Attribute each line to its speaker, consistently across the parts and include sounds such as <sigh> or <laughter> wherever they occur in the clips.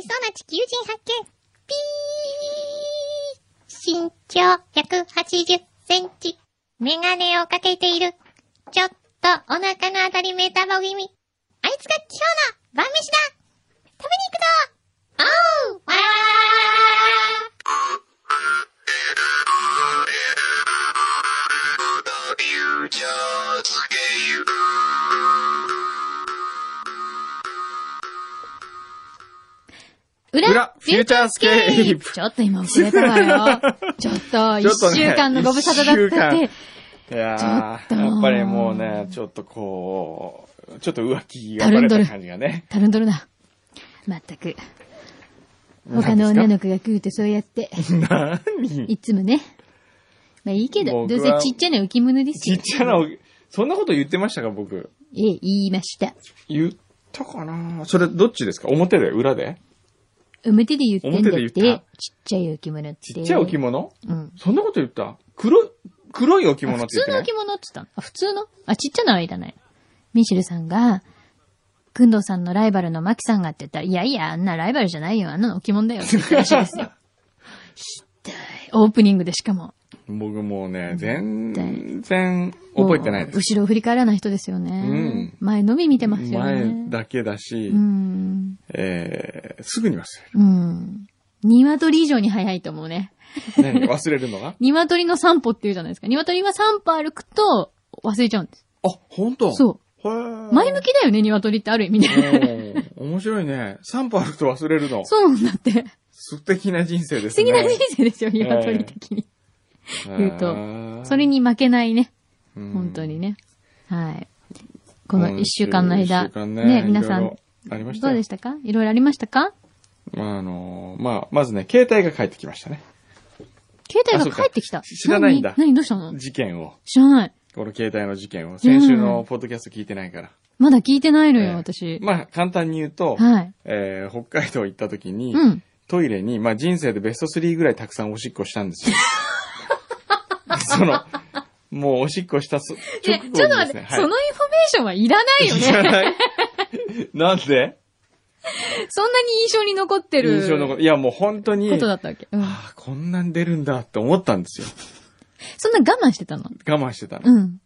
Speaker 1: しそうな地球人発見。ピー身長180センチ。メガネをかけている。ちょっとお腹のあたりメタボ気味。あいつが今日の晩飯だ食べに行くぞおうわー裏
Speaker 2: 裏フューチャースケープ
Speaker 3: ちょっと今遅れたわよ。ちょっと、
Speaker 2: ちょ
Speaker 3: 一
Speaker 2: っとね
Speaker 3: 週間のご無沙汰だったって
Speaker 2: <laughs> 一週。いや
Speaker 3: ちょっ
Speaker 2: ー、
Speaker 3: と
Speaker 2: やっぱりもうね、ちょっとこう、ちょっと浮気がバレた感じがね。
Speaker 3: たるんどるな。まったく。他の女の子が食うとそうやって、
Speaker 2: 子。何
Speaker 3: いつもね。まあいいけど、どう
Speaker 2: 僕
Speaker 3: せ
Speaker 2: は
Speaker 3: ちっちゃな浮き物です
Speaker 2: ち
Speaker 3: よ
Speaker 2: っ。ちゃなお、そんなこと言ってましたか、僕。
Speaker 3: ええ、言いました。
Speaker 2: 言ったかなそれ、どっちですか表で裏で
Speaker 3: 表で言ってんだっ
Speaker 2: 表で言ってた、
Speaker 3: ちっちゃい浮き物って。
Speaker 2: ちっちゃい置物
Speaker 3: うん。
Speaker 2: そんなこと言った黒い、黒い置
Speaker 3: あ
Speaker 2: 物って
Speaker 3: 普
Speaker 2: 言っ
Speaker 3: 通
Speaker 2: て
Speaker 3: の
Speaker 2: ない
Speaker 3: 置物って言ったのあ、普通のあ、ちっちゃなのはいらない。ミシェルさんが、くんどうさんのライバルのマキさんがって言ったら、いやいや、あんなライバルじゃないよ。あんなの置物だよ。って言ったらしい
Speaker 2: <laughs>
Speaker 3: ですよ。ひどい。オープニングでしかも。
Speaker 2: 僕もうね、全然覚えてない
Speaker 3: もう
Speaker 2: です。
Speaker 3: 後ろを振り返らない人ですよね。
Speaker 2: うん
Speaker 3: 前のみ見てますよね。
Speaker 2: 前だけだし、
Speaker 3: うん。
Speaker 2: えー、すぐに忘
Speaker 3: うん。鶏以上に早いと思うね。
Speaker 2: れる。何忘れるのが
Speaker 3: 鶏の散歩って言うじゃないですか。鶏は散歩歩くと忘れちゃうんです。
Speaker 2: <laughs> あ、本当。
Speaker 3: そう
Speaker 2: へー
Speaker 3: う。前向きだよね、鶏ってある意味で。
Speaker 2: うん面白いね。散歩歩くと忘れるの。
Speaker 3: <laughs> そうなんだって。
Speaker 2: 素敵な人生で
Speaker 3: 不
Speaker 2: す
Speaker 3: 思
Speaker 2: ね。
Speaker 3: 議な人生ですよ、鶏的に。
Speaker 2: 生
Speaker 3: 言うとそれ、に負けないね、本当に
Speaker 2: ね。
Speaker 3: ね。はい。この
Speaker 2: うん
Speaker 3: 一週間の間
Speaker 2: 一週、間ね
Speaker 3: ね、皆さ
Speaker 2: いろ
Speaker 3: ん
Speaker 2: い、ろありました
Speaker 3: どう
Speaker 2: よ
Speaker 3: でしたかいろいろありましたか
Speaker 2: まあ、あのー、まあ、まずね、携帯が帰ってきましたね。
Speaker 3: 携帯
Speaker 2: あそ
Speaker 3: が
Speaker 2: う
Speaker 3: 帰
Speaker 2: か
Speaker 3: ってきた。
Speaker 2: 知らないんだ
Speaker 3: 何何どうしたの
Speaker 2: 事件を。
Speaker 3: 知らない。
Speaker 2: この携帯の事件を。先週のポッドキャスト聞いてないから。
Speaker 3: まだ聞いてないの
Speaker 2: え
Speaker 3: よ、
Speaker 2: ー
Speaker 3: 私。
Speaker 2: まあ、簡単に言うと、
Speaker 3: はい。
Speaker 2: えー北海道行った時に、
Speaker 3: うん。
Speaker 2: トイレに、まあ人生でベスト3ぐらいたくさんおしっこしたんで
Speaker 3: <laughs>
Speaker 2: すよ。その、もうおしっこしたそ
Speaker 3: いや、
Speaker 2: 直後
Speaker 3: ちょ
Speaker 2: に
Speaker 3: っ
Speaker 2: で
Speaker 3: と待っ
Speaker 2: すね
Speaker 3: て、
Speaker 2: はい
Speaker 3: そのインフォメーションはいらないよ
Speaker 2: 知ら
Speaker 3: ね。
Speaker 2: ないなんで
Speaker 3: そんなに印象に残ってる
Speaker 2: 印象のこと。いや、もう本当に、
Speaker 3: ことだ
Speaker 2: あ
Speaker 3: ったわけ。うん。
Speaker 2: あ、こんなん出るんだって思ったんですよ。
Speaker 3: そんな我慢してたの
Speaker 2: 我慢してたの。
Speaker 3: うん。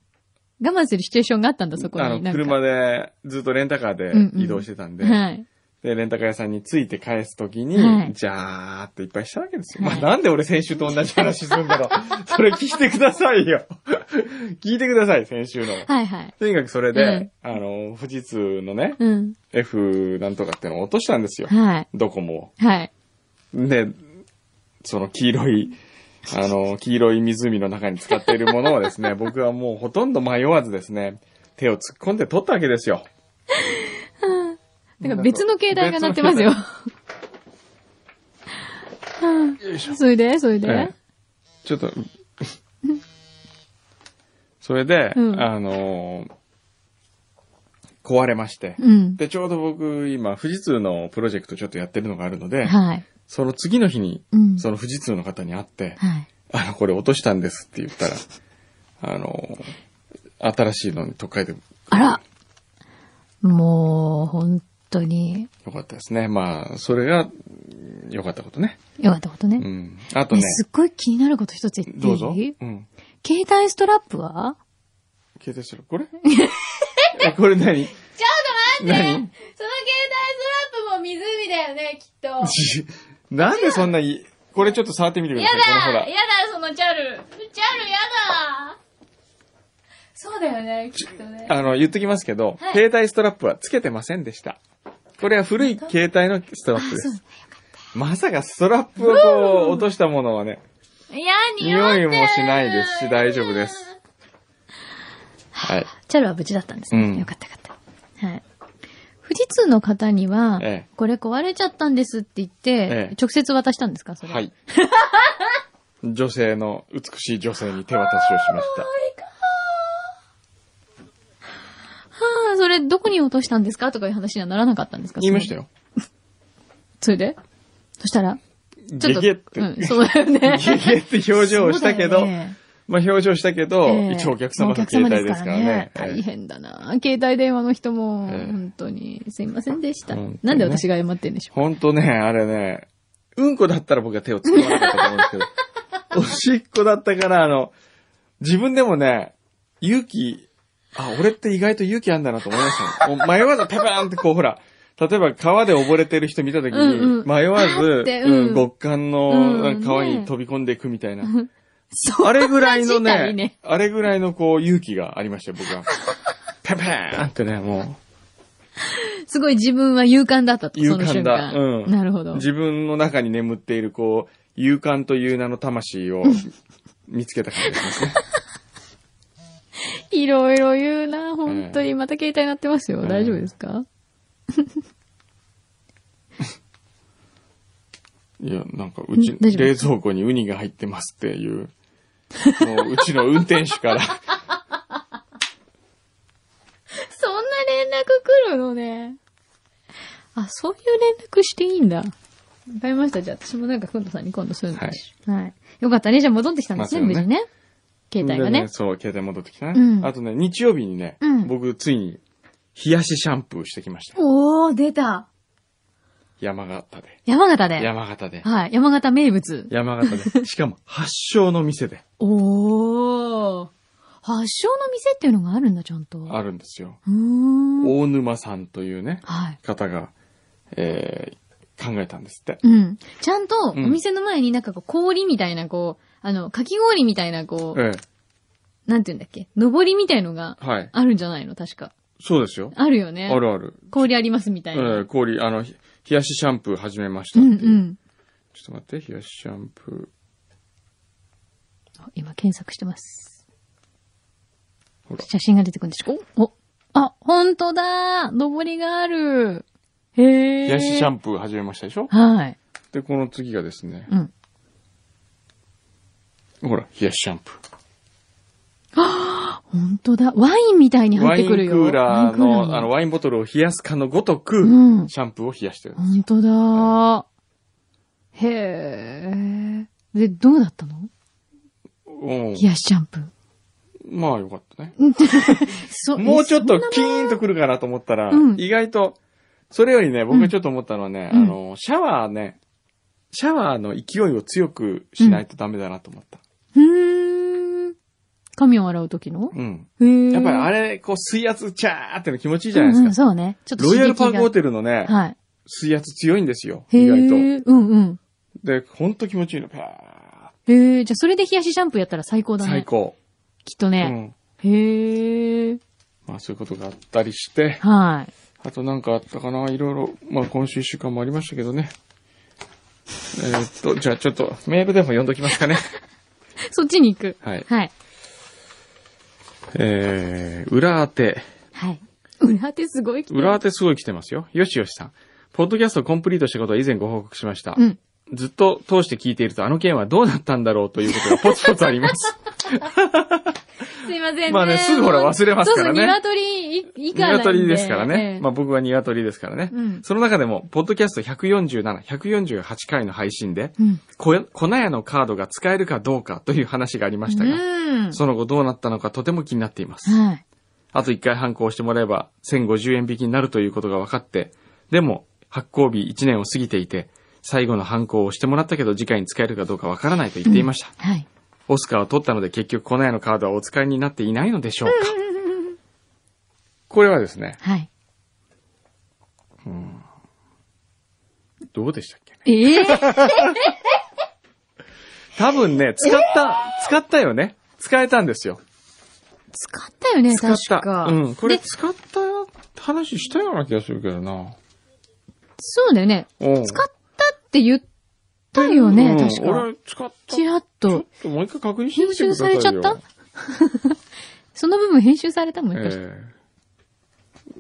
Speaker 3: 我慢するシチュエーションがあったんだ、そこ
Speaker 2: あ
Speaker 3: に。
Speaker 2: の、
Speaker 3: なんか
Speaker 2: 車で、ずっとレンタカーで
Speaker 3: うんうん
Speaker 2: 移動してたんで、
Speaker 3: はい。
Speaker 2: で、レンタカー屋さんについて返すときに、
Speaker 3: はい
Speaker 2: じゃーっていっぱいしたわけですよ。
Speaker 3: はい
Speaker 2: まあ、なんで俺先週と同じ話する
Speaker 3: <laughs>
Speaker 2: んだろう。それ聞いてくださいよ。聞いてください、先週の。
Speaker 3: はいはい。
Speaker 2: とにかくそれで、あの、富士通のね、
Speaker 3: うん。
Speaker 2: F なんとかってのを落としたんですよ。
Speaker 3: はい。
Speaker 2: ドコモ
Speaker 3: はい。
Speaker 2: を。で、その黄色い、あの、黄色い湖の中に使っているものをです
Speaker 3: <laughs>
Speaker 2: ね、僕はもうほとんど迷わずですね、手を突っ込んで取ったわけですよ。
Speaker 3: だから別の携帯が鳴ってますよ。それでそれで、
Speaker 2: ええちょっと、それで、
Speaker 3: うん
Speaker 2: あのー壊れまして。
Speaker 3: うん。
Speaker 2: で、ちょうど僕、今、富士通のプロジェクトちょっとやってるのがあるので、
Speaker 3: はい。
Speaker 2: その次の日に、
Speaker 3: うん
Speaker 2: その富士通の方に会って、
Speaker 3: はい。
Speaker 2: あの、これ落としたんですって言ったら、あのー新しいのに特会で
Speaker 3: あらもう、本当に、
Speaker 2: よかったですね。まあ、それが、うん良かったことね。
Speaker 3: よかったことね。
Speaker 2: うん。あとね
Speaker 3: ね、すっごい気になること一つ言っていい
Speaker 2: どうぞ。うん。
Speaker 3: 携帯ストラップは
Speaker 2: 携帯してる。
Speaker 3: <laughs>
Speaker 2: これえこれ何
Speaker 3: ちょっと待ってその
Speaker 2: 何
Speaker 3: 携帯ストラップも湖だよね、きっと。
Speaker 2: ち <laughs> なんでそんなに、これちょっと触ってみてくだ
Speaker 3: や
Speaker 2: さい。このほら
Speaker 3: だや。だ、そのチャル。チャルやだそうだよね、きっとね。
Speaker 2: あの、言っときますけど、
Speaker 3: はい
Speaker 2: 携帯ストラップはつけてませんでした。これは古い携帯のストラップで
Speaker 3: そうだ
Speaker 2: す。まさかストラップをこう落としたものはね、
Speaker 3: いや、匂
Speaker 2: 匂
Speaker 3: って
Speaker 2: い
Speaker 3: る
Speaker 2: もしないですし大丈夫です。はい。
Speaker 3: チャルは無事だったんですね。
Speaker 2: うん
Speaker 3: よかったよかった。はい。富士通の方には、
Speaker 2: ええ
Speaker 3: これ壊れちゃったんですって言って、
Speaker 2: ええ
Speaker 3: 直接渡したんですかそれ。
Speaker 2: はい。
Speaker 3: <laughs>
Speaker 2: 女性の、美しい女性に手渡しをしました。
Speaker 3: はあ、それどこに落としたんですかとかいう話にはならなかったんですか
Speaker 2: 言いました。よ。
Speaker 3: それそれでそしたら
Speaker 2: ゲゲって、
Speaker 3: うん、そうだよね。
Speaker 2: ゲゲって表情をしたけど、
Speaker 3: そうだよね
Speaker 2: まあ表情したけど、
Speaker 3: ええ
Speaker 2: 一応お客様の携帯ですからね。
Speaker 3: お客様ですから
Speaker 2: え
Speaker 3: 大
Speaker 2: え
Speaker 3: 変だな。携帯電話の人も、
Speaker 2: ええ
Speaker 3: 本当に、すいませんでした。
Speaker 2: 本当にね
Speaker 3: なんで私が謝ってんでしょ
Speaker 2: ほんとね、あれね、うんこだったら僕は手をつかまなかったと思うんですけ
Speaker 3: <laughs>
Speaker 2: ど、おしっこだったから、あの、自分でもね、勇気、あ、俺って意外と勇気あんだなと思いまし
Speaker 3: <laughs>
Speaker 2: たね。もう迷わずペパーンってこう、ほら、例えば川で溺れてる人見た時
Speaker 3: うんう
Speaker 2: に、
Speaker 3: ん
Speaker 2: 迷わず、
Speaker 3: あってうん
Speaker 2: うん極寒
Speaker 3: うん
Speaker 2: の
Speaker 3: ね
Speaker 2: 川に飛び込んでいくみ
Speaker 3: <laughs>
Speaker 2: たいな。
Speaker 3: う。そう
Speaker 2: あれぐらいの
Speaker 3: 自体
Speaker 2: ね、
Speaker 3: ね
Speaker 2: あれぐらいのこう勇気がありましたよ、
Speaker 3: <laughs>
Speaker 2: 僕は。ペペーンってね、も
Speaker 3: すごい自分は勇敢だったと、その瞬間。
Speaker 2: 勇敢だうん
Speaker 3: なるほ
Speaker 2: う、
Speaker 3: ど。
Speaker 2: 自分の中に眠っているこう、勇敢という名の魂を見つけた感じがしま
Speaker 3: <laughs>
Speaker 2: すね。
Speaker 3: いろいろ言うな、本当に。また携帯鳴ってますよ。
Speaker 2: ええ
Speaker 3: 大丈夫ですか
Speaker 2: いや、なんかうち
Speaker 3: ん、大丈夫
Speaker 2: 冷蔵庫にウニが入ってますっていう、もううちの運転手
Speaker 3: <laughs>
Speaker 2: から、
Speaker 3: そんな連絡来るのね。あ、そういう連絡していいんだ。わかりました。じゃあ私もなんか、くんとさんに今度するんです、はい。よかったね。じゃあ戻ってきたんですね、
Speaker 2: まあ
Speaker 3: 無事ね。携帯が
Speaker 2: で
Speaker 3: ね。
Speaker 2: そう、携帯戻ってきたね。
Speaker 3: うん
Speaker 2: あとね、日曜日にね、
Speaker 3: うん
Speaker 2: 僕ついに、冷やしシャンプーしてきました。
Speaker 3: おー、出た。
Speaker 2: 山形で。
Speaker 3: 山形で。
Speaker 2: 山形で。
Speaker 3: はい。山形名物。
Speaker 2: 山
Speaker 3: <laughs>
Speaker 2: 形で。しかも、発祥の店で
Speaker 3: おー。発祥の店っていうのがあるんだ、ちゃんと。
Speaker 2: あるんですよ。
Speaker 3: うーん。
Speaker 2: 大沼さんというね、
Speaker 3: はい。
Speaker 2: 方が、えー、考えたんですって。
Speaker 3: うん。ちゃんと、お
Speaker 2: うん
Speaker 3: 店の前になんかこう、氷みたいな、こう、あの、かき氷みたいな、こう、
Speaker 2: ええ、
Speaker 3: なんて言うんだっけ、上りみたいのが
Speaker 2: はい。
Speaker 3: あるんじゃないの確か。
Speaker 2: そうですよ。
Speaker 3: あるよね。
Speaker 2: あるある。
Speaker 3: 氷ありますみた
Speaker 2: え
Speaker 3: いな。
Speaker 2: え、氷、あの、ひ冷やしシャンプー始めました
Speaker 3: う
Speaker 2: ってい
Speaker 3: ん
Speaker 2: う。
Speaker 3: うん。
Speaker 2: ちょっと待って、冷やしシャンプ
Speaker 3: あ今検索してます
Speaker 2: ほら。
Speaker 3: 写真が出てくるんでしょおおあ、ほんとだ上りがあるへ
Speaker 2: ー。
Speaker 3: え。
Speaker 2: 冷やしシャ
Speaker 3: ン
Speaker 2: ンプー始めましたでしょ
Speaker 3: はい。
Speaker 2: で、この次がですね、
Speaker 3: うん。
Speaker 2: ほら、冷やしシャンプ
Speaker 3: ほんとだ。ワインみたいに
Speaker 2: ー。
Speaker 3: 入っ
Speaker 2: ワイ
Speaker 3: て
Speaker 2: ン
Speaker 3: く
Speaker 2: ク
Speaker 3: るよ。
Speaker 2: ーラー
Speaker 3: ワインクーラーに
Speaker 2: の、あの、ワインボトルを冷やすかのごとく、
Speaker 3: うん
Speaker 2: シャンプーを冷やしてる。
Speaker 3: ほんとだへえ。で、どうだったの
Speaker 2: うん
Speaker 3: 冷。やしシャンプー。
Speaker 2: まあ、よかったね。
Speaker 3: そ
Speaker 2: <laughs> もうちょっ
Speaker 3: えそ
Speaker 2: と
Speaker 3: んな
Speaker 2: キーンとくるかなと思ったら、
Speaker 3: うん
Speaker 2: 意外と、それよりね、僕がちょっと思ったのはね、
Speaker 3: うん
Speaker 2: あの、シャワーね、シャワーの勢いを強くしないとダメだなと思った。
Speaker 3: うーん。髪を洗う時の
Speaker 2: うん。
Speaker 3: へえ。
Speaker 2: やっぱりあ
Speaker 3: れ
Speaker 2: れ、こう、水圧、チャーっての気持ちいいじゃないですか。
Speaker 3: そうね。ちょっと
Speaker 2: ロイヤルパークホ
Speaker 3: テ
Speaker 2: テルのね、
Speaker 3: はい。
Speaker 2: 水圧強いんですよ、
Speaker 3: へ
Speaker 2: 意外と。
Speaker 3: え。うんうん。
Speaker 2: で、ほんと気持ちいいの、パー
Speaker 3: へえ。じゃあそれで冷やしシャンプーやったら最高だね。
Speaker 2: 最。高。
Speaker 3: きっと
Speaker 2: う
Speaker 3: ね。
Speaker 2: ん。
Speaker 3: へえ。
Speaker 2: まあ、そういうことがあったりして、
Speaker 3: はい。
Speaker 2: あとなんかあったかないろいろ、まあ今週一週間もありましたけどね。えーっと、じゃあちょっとメールでも読んどきますかね。
Speaker 3: そっちに行く。
Speaker 2: はい
Speaker 3: はい。
Speaker 2: えー、裏当て。
Speaker 3: はい。裏手すごい来てる
Speaker 2: 裏当てすごい来てますよ。よしよしさん。ポッドキャストをコンプリートしたことは以前ご報告しました。
Speaker 3: うん。
Speaker 2: ずっと通して聞いているとあの件はどうなったんだろうということがポツポツあ
Speaker 3: <laughs>
Speaker 2: ります。
Speaker 3: すいませんね。
Speaker 2: まあねすぐほら忘れますか
Speaker 3: そ
Speaker 2: らね
Speaker 3: うそう、鶏い以下なんで。
Speaker 2: 鶏ですから
Speaker 3: ええ
Speaker 2: ね。まあ僕は鶏ですからね。
Speaker 3: うん
Speaker 2: その中でも、ポッドキャスト147、148回の配信で、
Speaker 3: うん。
Speaker 2: こ粉屋のカードが使えるかどうかという話がありましたが、
Speaker 3: うん。
Speaker 2: その後どうなったのかとても気になっています。
Speaker 3: はい。
Speaker 2: あと1回反抗してもらえば1050円引きになるということが分かって、でも発行日1年を過ぎていて、最後の反抗をしてもらったけど次回に使えるかどうか分からないと言っていました。
Speaker 3: はい。
Speaker 2: オスカーを取ったので結局この屋のカードはお使いになっていないのでしょうか。 <laughs> これはですね、
Speaker 3: はい。
Speaker 2: どうでしたっけね。
Speaker 3: ええ
Speaker 2: 多分ね、使った、使ったよね。使えたんですよ。
Speaker 3: 使ったよね、
Speaker 2: 使っ
Speaker 3: 確
Speaker 2: た。
Speaker 3: か。
Speaker 2: うん。これ
Speaker 3: で
Speaker 2: 使った話したような気がするけどな。
Speaker 3: そうだよね。
Speaker 2: うん
Speaker 3: 使ったって言ったよね、
Speaker 2: うん
Speaker 3: 確か。
Speaker 2: 俺使った。
Speaker 3: ちらっ
Speaker 2: ちょっ
Speaker 3: と。
Speaker 2: ともう一回確認してみ
Speaker 3: 編
Speaker 2: てく
Speaker 3: 集
Speaker 2: だ
Speaker 3: さ
Speaker 2: さい
Speaker 3: れ
Speaker 2: よ。
Speaker 3: ちゃった <laughs> その部分編集されたもん、
Speaker 2: ええ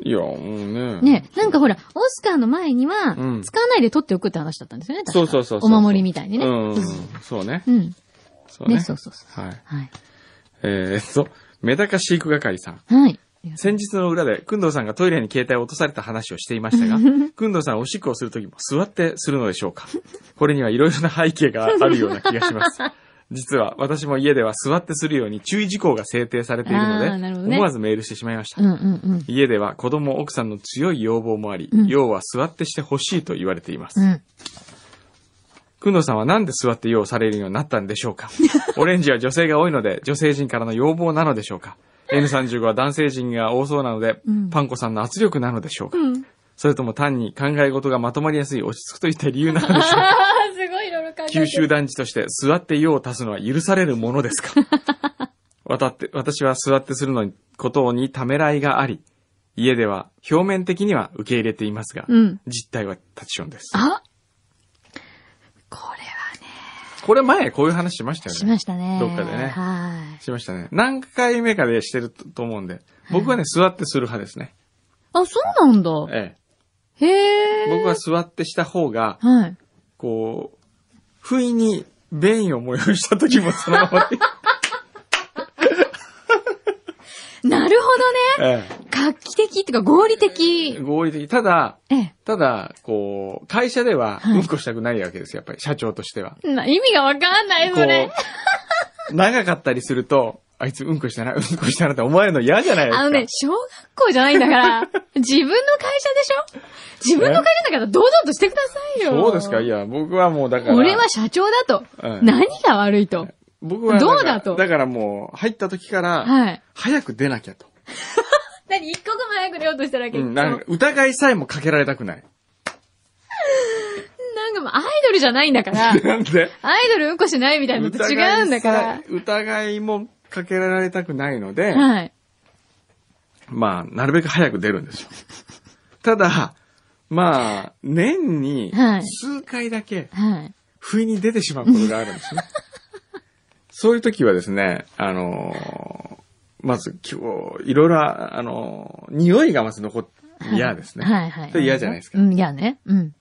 Speaker 2: いや、もうね。
Speaker 3: ね、なんかほら、オスカーの前には
Speaker 2: う、ん
Speaker 3: 使わないで撮っておくって話だったんですよね、確か
Speaker 2: そうそうそうそ
Speaker 3: お
Speaker 2: う。
Speaker 3: 守りみたいにね。
Speaker 2: うん
Speaker 3: う。
Speaker 2: そうね。
Speaker 3: ん。
Speaker 2: そう
Speaker 3: ね、
Speaker 2: ね。
Speaker 3: そうそうそう。
Speaker 2: はい。
Speaker 3: はい。
Speaker 2: えーっと、メダカ飼育係さん。
Speaker 3: はい。
Speaker 2: 先日の裏で、くんどうさんがトイレに携帯を落とされた話をしていまし
Speaker 3: <laughs>
Speaker 2: たが、くんどうさんおしっこを
Speaker 3: <laughs>
Speaker 2: するときも座ってするのでしょうかこれにはいろいろな背景があるような気がします。実は私も家では座ってするように注意事項が制定されている
Speaker 3: あーなるほど
Speaker 2: ので、
Speaker 3: ね
Speaker 2: 思わずメールしてしまいました。
Speaker 3: うんうんうん。
Speaker 2: 家では子供奥さんの強い要望もあり、
Speaker 3: うん
Speaker 2: 要は座ってしてほしいと言われています。
Speaker 3: うん。
Speaker 2: くんどうさんはなんで座って用をされるようになったんでしょ
Speaker 3: <laughs>
Speaker 2: うかオレンジは女性が多いので、女性陣からの要望なのでしょうか ?N35 は男性陣が多そうなので、
Speaker 3: うん
Speaker 2: パンコさんの圧力なのでしょうか、
Speaker 3: うん。
Speaker 2: それとも単に考え事がまとまりやすい落ち着くといった理由なので
Speaker 3: <laughs>
Speaker 2: しょうか
Speaker 3: ああ、すごいいろいろ考えて
Speaker 2: 九
Speaker 3: る
Speaker 2: 州男児として座って用を足すのは許されるもので
Speaker 3: <laughs>
Speaker 2: すかわたって、私は座ってするのに、ことにためらいがあり、家では表面的には受け入れていますが、
Speaker 3: うん
Speaker 2: 実態はタチションです。
Speaker 3: あこれはね。
Speaker 2: これ前こういう話しましたよね。
Speaker 3: しましたね。
Speaker 2: どっかでね
Speaker 3: はい。
Speaker 2: しましたね。何回目かでしてるとと思うんで。僕はね、座ってする派ですね。
Speaker 3: あ、そうなんだ。
Speaker 2: え
Speaker 3: へ
Speaker 2: え。
Speaker 3: え。
Speaker 2: 僕は座ってした方が、
Speaker 3: はい。
Speaker 2: こう、不意に便意を催した時もその
Speaker 3: <laughs>
Speaker 2: ままで。
Speaker 3: なるほどね。
Speaker 2: え
Speaker 3: 画期的っていうか合理
Speaker 2: え。
Speaker 3: 的。
Speaker 2: 合理的。ただ、
Speaker 3: ええ。
Speaker 2: ただ、こう、会社では、
Speaker 3: はい
Speaker 2: うんこしたくないわけですよ、やっぱり、社長としては。
Speaker 3: な意味がわかんない、
Speaker 2: こ
Speaker 3: それ。
Speaker 2: う、長かったりすると、あいつうんこしたな、うんこしたなって思われるの嫌じゃないですか。
Speaker 3: あのね、小学校じゃないんだ
Speaker 2: <laughs>
Speaker 3: から、自分の会社でしょ自分の会社だから堂々としてくださいよ。
Speaker 2: そうですかいや、僕はもうだから、
Speaker 3: 俺は社長だと。
Speaker 2: うん
Speaker 3: 何が悪いと。
Speaker 2: 僕はなんか、
Speaker 3: どうだと
Speaker 2: だからもう、入った時から、
Speaker 3: はい。
Speaker 2: 早く出なきゃと。
Speaker 3: 何一刻も早く出ようとしたら
Speaker 2: う
Speaker 3: 結構。
Speaker 2: ん、
Speaker 3: な
Speaker 2: なん
Speaker 3: んか
Speaker 2: か疑いさえもかけられたくない。
Speaker 3: もうアイドルじゃないんだから、
Speaker 2: なんで
Speaker 3: アイドルうんこしないみたいなのと違うんだから。
Speaker 2: 疑いさえ疑いもかけられたくないので、
Speaker 3: はい。
Speaker 2: まあ、なるべく早く出るんですよ。ただ、まあ、年に
Speaker 3: はい
Speaker 2: 数回だけ、
Speaker 3: はい。
Speaker 2: 不意に出てしまうことがあるん
Speaker 3: <laughs>
Speaker 2: ですね。そういう時はですね、あのーまず今日、いろいろ、ああのー匂いがまず残って、嫌ですね。
Speaker 3: はいはい。
Speaker 2: それ嫌じゃないですか
Speaker 3: うん、嫌ね。うん。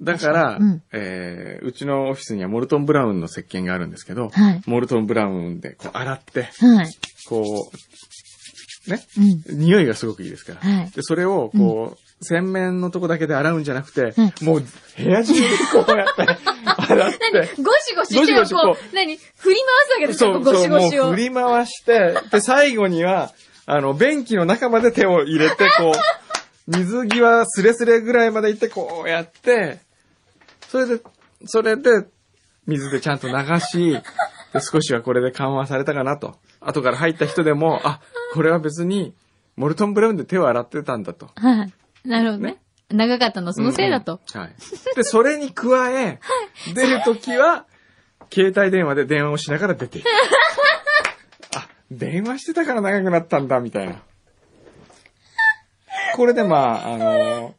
Speaker 2: だから、
Speaker 3: うん
Speaker 2: えーうちのオフィスにはモルトンブラウンの石鹸があるんですけど、
Speaker 3: はい
Speaker 2: モルトンブラウンでこう洗って、
Speaker 3: はい。
Speaker 2: こう、ね、
Speaker 3: うん。
Speaker 2: 匂いがすごくいいですから。
Speaker 3: はい
Speaker 2: で、それをこう、洗面のとこだけで洗うんじゃなくて、
Speaker 3: は
Speaker 2: もう部屋中でこうやって洗っ
Speaker 3: <laughs> 何
Speaker 2: て、
Speaker 3: ゴシゴシ手
Speaker 2: ゴ
Speaker 3: を
Speaker 2: シゴシこ
Speaker 3: こう、何振り回すわけです
Speaker 2: そ
Speaker 3: よ、
Speaker 2: う
Speaker 3: ゴ
Speaker 2: そう、
Speaker 3: シゴ
Speaker 2: もう
Speaker 3: シを
Speaker 2: 振。り回して、で、最後には、あの、便器の中まで手を入れて、こう、水際スレスレぐらいまで行って、こうやって、それで、それで、水でちゃんと流し、で、少しはこれで緩和されたかなと。後から入った人でも、あ、これは別に、モルトンブラウンで手を洗ってたんだと。
Speaker 3: はい。なるほどね。長かったの、そのせいだと。
Speaker 2: うんうんはい。で、それに加
Speaker 3: <laughs>
Speaker 2: え、出るときは、携帯電話で電話をしながら出ていく。あ、電話してたから長くなったんだ、みたいな。これでまあ、あの、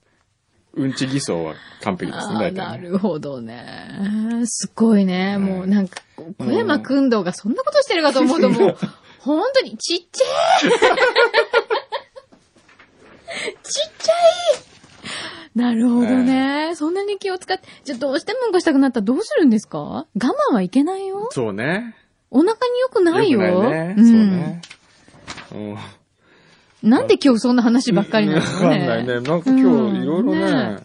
Speaker 2: うんち偽装は完璧ですね、
Speaker 3: ああ
Speaker 2: 大
Speaker 3: な
Speaker 2: 体ね。
Speaker 3: るほどね。すごいね。
Speaker 2: うん
Speaker 3: もうなんか、小山くんどうがそんなことしてるかと思うともう、本当にちっちゃ
Speaker 2: <laughs>
Speaker 3: いちっちゃいなるほどね。そんなに気を使って、じゃあどうしてもうんこしたくなったらどうするんですか我慢はいけないよ。
Speaker 2: そうね。
Speaker 3: お腹に良くないよ。
Speaker 2: 良くないね。
Speaker 3: う
Speaker 2: そうんね。うん。
Speaker 3: なんで今日そんな話ばっかりなの
Speaker 2: わかんないね。なんか今日いろ
Speaker 3: う
Speaker 2: いろ
Speaker 3: ん <laughs>
Speaker 2: ね
Speaker 3: ね。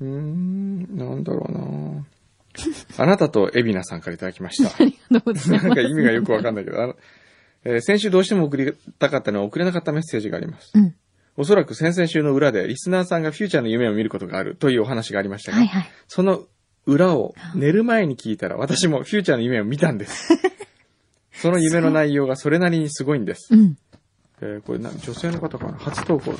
Speaker 2: うーん、なんだろうなあなたとエビナさんからいただきました。
Speaker 3: ありがとうございます。
Speaker 2: <laughs> なんか意味がよくわかんないけど、あの、えー先週どうしても送りたかったのは送れなかったメッセージがあります。
Speaker 3: うん。
Speaker 2: おそらく先々週の裏でリスナーさんがフューチャーの夢を見ることがあるというお話がありましたが、
Speaker 3: はいはい。
Speaker 2: その裏を寝る前に聞いたら私もフューチャーの夢を見た
Speaker 3: <laughs>
Speaker 2: んです。その夢の内容がそれなりにすごいんです。
Speaker 3: うん。
Speaker 2: えーこれな、女性の方かな初投稿。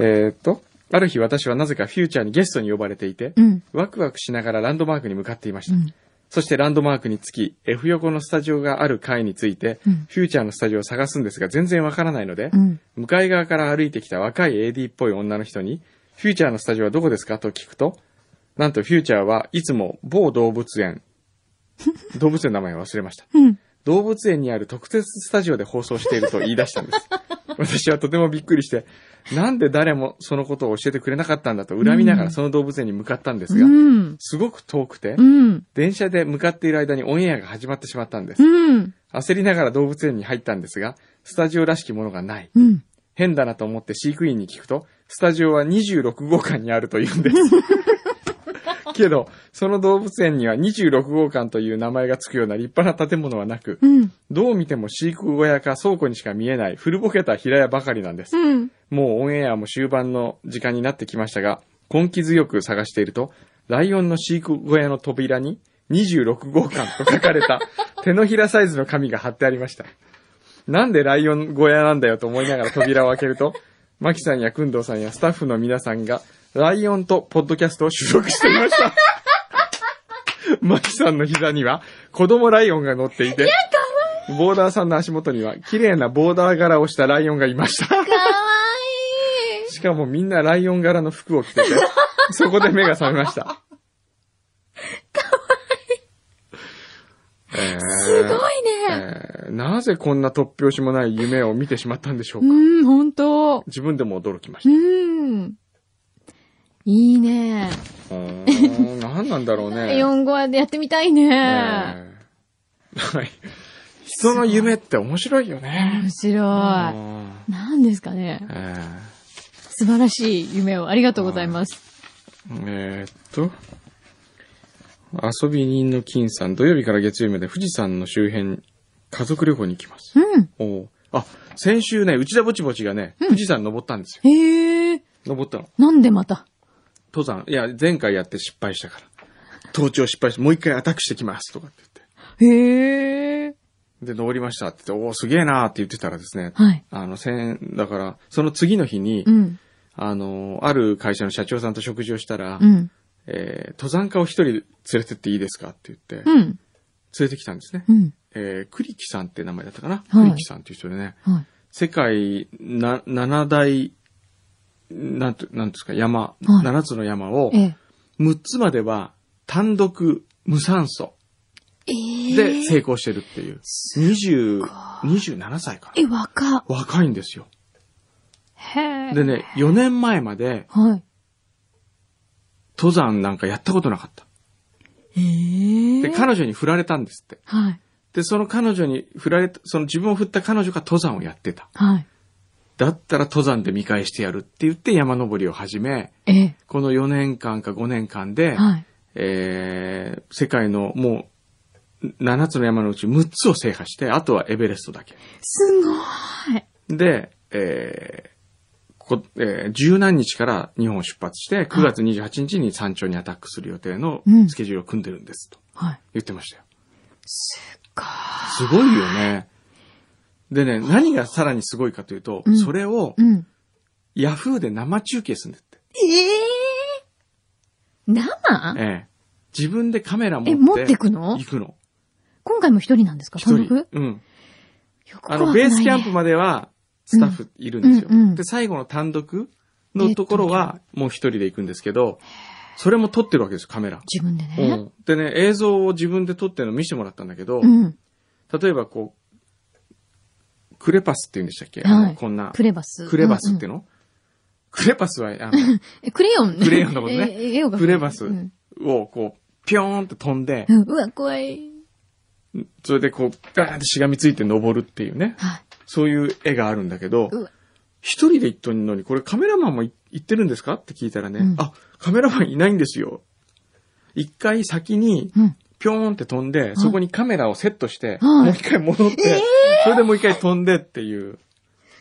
Speaker 2: えーっと、ある日私はなぜかフューチャーにゲストに呼ばれていて、
Speaker 3: うん。
Speaker 2: ワクワクしながらランドマークに向かっていました。
Speaker 3: うん
Speaker 2: そしてランドマークにつき、F 横のスタジオがある階について、
Speaker 3: うん
Speaker 2: フューチャーのスタジオを探すんですが全然わからないので、
Speaker 3: うん。
Speaker 2: 向かい側から歩いてきた若い AD っぽい女の人に、フューチャーのスタジオはどこですかと聞くと、なんとフューチャーはいつも某動物
Speaker 3: <laughs>
Speaker 2: 園、動物園の名前を忘れました。
Speaker 3: うん。
Speaker 2: 動物園にある特設スタジオで放送していると言い出した
Speaker 3: <laughs>
Speaker 2: んです。私はとてもびっくりして、なんで誰もそのことを教えてくれなかったんだと恨みながらその動物園に向かったんですが、
Speaker 3: うん。
Speaker 2: すごく遠くて
Speaker 3: う、ん。
Speaker 2: 電車で向かっている間にオンエアが始まってしまったんです。
Speaker 3: うん。
Speaker 2: 焦りながら動物園に入ったんですが、スタジオらしきものがない。
Speaker 3: うん。
Speaker 2: 変だなと思って飼育員に聞くと、スタジオは26号館にあると言うんです。けど、その動物園には26号館という名前が付くような立派な建物はなく、
Speaker 3: うん。
Speaker 2: どう見ても飼育小屋か倉庫にしか見えない古ぼけた平屋ばかりなんです。
Speaker 3: うん。
Speaker 2: もうオンエアも終盤の時間になってきましたが、根気強く探していると、ライオンの飼育小屋の扉に26号館と書かれた手のひらサイズの紙が貼ってありました。なんでライオン小屋なんだよと思いながら扉を開けると、マキさんやくんどうさんやスタッフの皆さんが、ライオンとポッドキャストを収録していました。マキさんの膝には子供ライオンが乗っていて、ボーダーさんの足元には綺麗なボーダー柄をしたライオンがいました。
Speaker 3: かわいい。
Speaker 2: しかもみんなライオン柄の服を <laughs> 着てて、そこで目が覚めました。かわいい。えー、
Speaker 3: すごいね。
Speaker 2: えーなぜこんな突拍子もない夢を見てしまったんでしょうか、
Speaker 3: うん、ほんと。
Speaker 2: 自分でも驚きまし
Speaker 3: うん。いいね。
Speaker 2: た。うーん、何なんだ <laughs> ろうね。
Speaker 3: 4語でやってみたい
Speaker 2: え
Speaker 3: ね。
Speaker 2: ーはい。人の夢って面白いよね。
Speaker 3: 面白い。
Speaker 2: うん
Speaker 3: 何ですかね。
Speaker 2: えー
Speaker 3: 素晴らしい夢をありがとうございます。
Speaker 2: えーっと。遊び人の金さん、土曜日から月曜日まで富士山の周辺、家族旅行に行きます。
Speaker 3: うん。
Speaker 2: おうあ、先週ね、内田ぼちぼちがね、富士山登ったんですよ。
Speaker 3: へえ。
Speaker 2: 登ったの。
Speaker 3: なんでまた。
Speaker 2: 登山、いや、前回やって失敗したから。登頂失敗して、もう一回アタックしてきます、とかって言って。
Speaker 3: へえ。
Speaker 2: で、登りましたって言って、おーすげえなーって言ってたらですね、
Speaker 3: はい。
Speaker 2: あの、せん、だから、その次の日に、
Speaker 3: うん。
Speaker 2: あの、ある会社の社長さんと食事をしたら、
Speaker 3: うん。
Speaker 2: えー登山家を一人連れてっていいですかって言って、
Speaker 3: うん。
Speaker 2: 連れてきたんですね。
Speaker 3: うん。
Speaker 2: えー、栗木さんって名前だったかな、
Speaker 3: はい
Speaker 2: 栗木さんっていう人でね、
Speaker 3: はい。
Speaker 2: 世界な、七大、なんて、なんですか、山、
Speaker 3: はい
Speaker 2: 七つの山を
Speaker 3: え、え。
Speaker 2: 六つまでは単独無酸素
Speaker 3: ええ。
Speaker 2: で成功してるっていう。二十、二十七歳かな
Speaker 3: え、若。
Speaker 2: 若いんですよ。
Speaker 3: へえ。
Speaker 2: でね、4年前まで
Speaker 3: はい。
Speaker 2: 登山なんかやったことなかった。
Speaker 3: へえ。
Speaker 2: で、彼女に振られたんですって。
Speaker 3: はい。
Speaker 2: で、その彼女に振られた、その自分を振った彼女が登山をやってた。
Speaker 3: はい。
Speaker 2: だったら登山で見返してやるって言って山登りを始め、
Speaker 3: ええ。
Speaker 2: この4年間か5年間で、
Speaker 3: はい。
Speaker 2: えー、世界のもう7つの山のうち6つを制覇して、あとはエベレストだけ。
Speaker 3: すごい。
Speaker 2: で、えーこえー十何日から日本を出発して、9月28日に山頂にアタックする予定の
Speaker 3: うん
Speaker 2: スケジュールを組んでるんです、と
Speaker 3: はい。
Speaker 2: 言ってましたよ。
Speaker 3: か
Speaker 2: すごいよね。でね、何がさらにすごいかというと、
Speaker 3: うん
Speaker 2: それを
Speaker 3: うん。
Speaker 2: ヤフーで生中継するんだって。
Speaker 3: ええ生
Speaker 2: ええ。自分でカメラ持って。
Speaker 3: え、持ってくの
Speaker 2: 行くの。
Speaker 3: 今回も一人なんですか
Speaker 2: 一
Speaker 3: 単
Speaker 2: 人
Speaker 3: 独。
Speaker 2: うん。
Speaker 3: よく
Speaker 2: あ
Speaker 3: わ
Speaker 2: の、
Speaker 3: かん
Speaker 2: ベ
Speaker 3: ないね
Speaker 2: ースキャンプまでは、スタッフいるんですよ。
Speaker 3: うんうんうん
Speaker 2: で、最後の単独のところは、もう一人で行くんですけど、それも撮ってるわけですよ、カメラ。
Speaker 3: 自分で
Speaker 2: う
Speaker 3: ね。
Speaker 2: ん。でね、映像を自分で撮ってるの見せてもらったんだけど、
Speaker 3: うん。
Speaker 2: 例えばこう、クレパスって言うんでしたっけ、あ
Speaker 3: はい
Speaker 2: のこんな、
Speaker 3: クレバス。
Speaker 2: クレバスって
Speaker 3: うんうん
Speaker 2: の、クレパスは、あの、
Speaker 3: えクレヨンね
Speaker 2: クレヨンのことね
Speaker 3: え絵を描く
Speaker 2: クレバス
Speaker 3: うん
Speaker 2: をこう、ピョーンと飛んで、
Speaker 3: うんうわ、怖い。
Speaker 2: それでこう、ガーンってしがみついて登るっていうね。
Speaker 3: はい。
Speaker 2: そういう絵があるんだけど
Speaker 3: うわ、
Speaker 2: 一人で行っとんのに、これカメラマンもい行ってるんですかって聞いたらね、
Speaker 3: うん
Speaker 2: あ、カメラマンいないんですよ。一回先に、
Speaker 3: うん。
Speaker 2: ぴょーんって飛んで、そこにカメラをセットし
Speaker 3: は
Speaker 2: て、
Speaker 3: い
Speaker 2: もう一回戻って、それでもう一回飛んでっていう、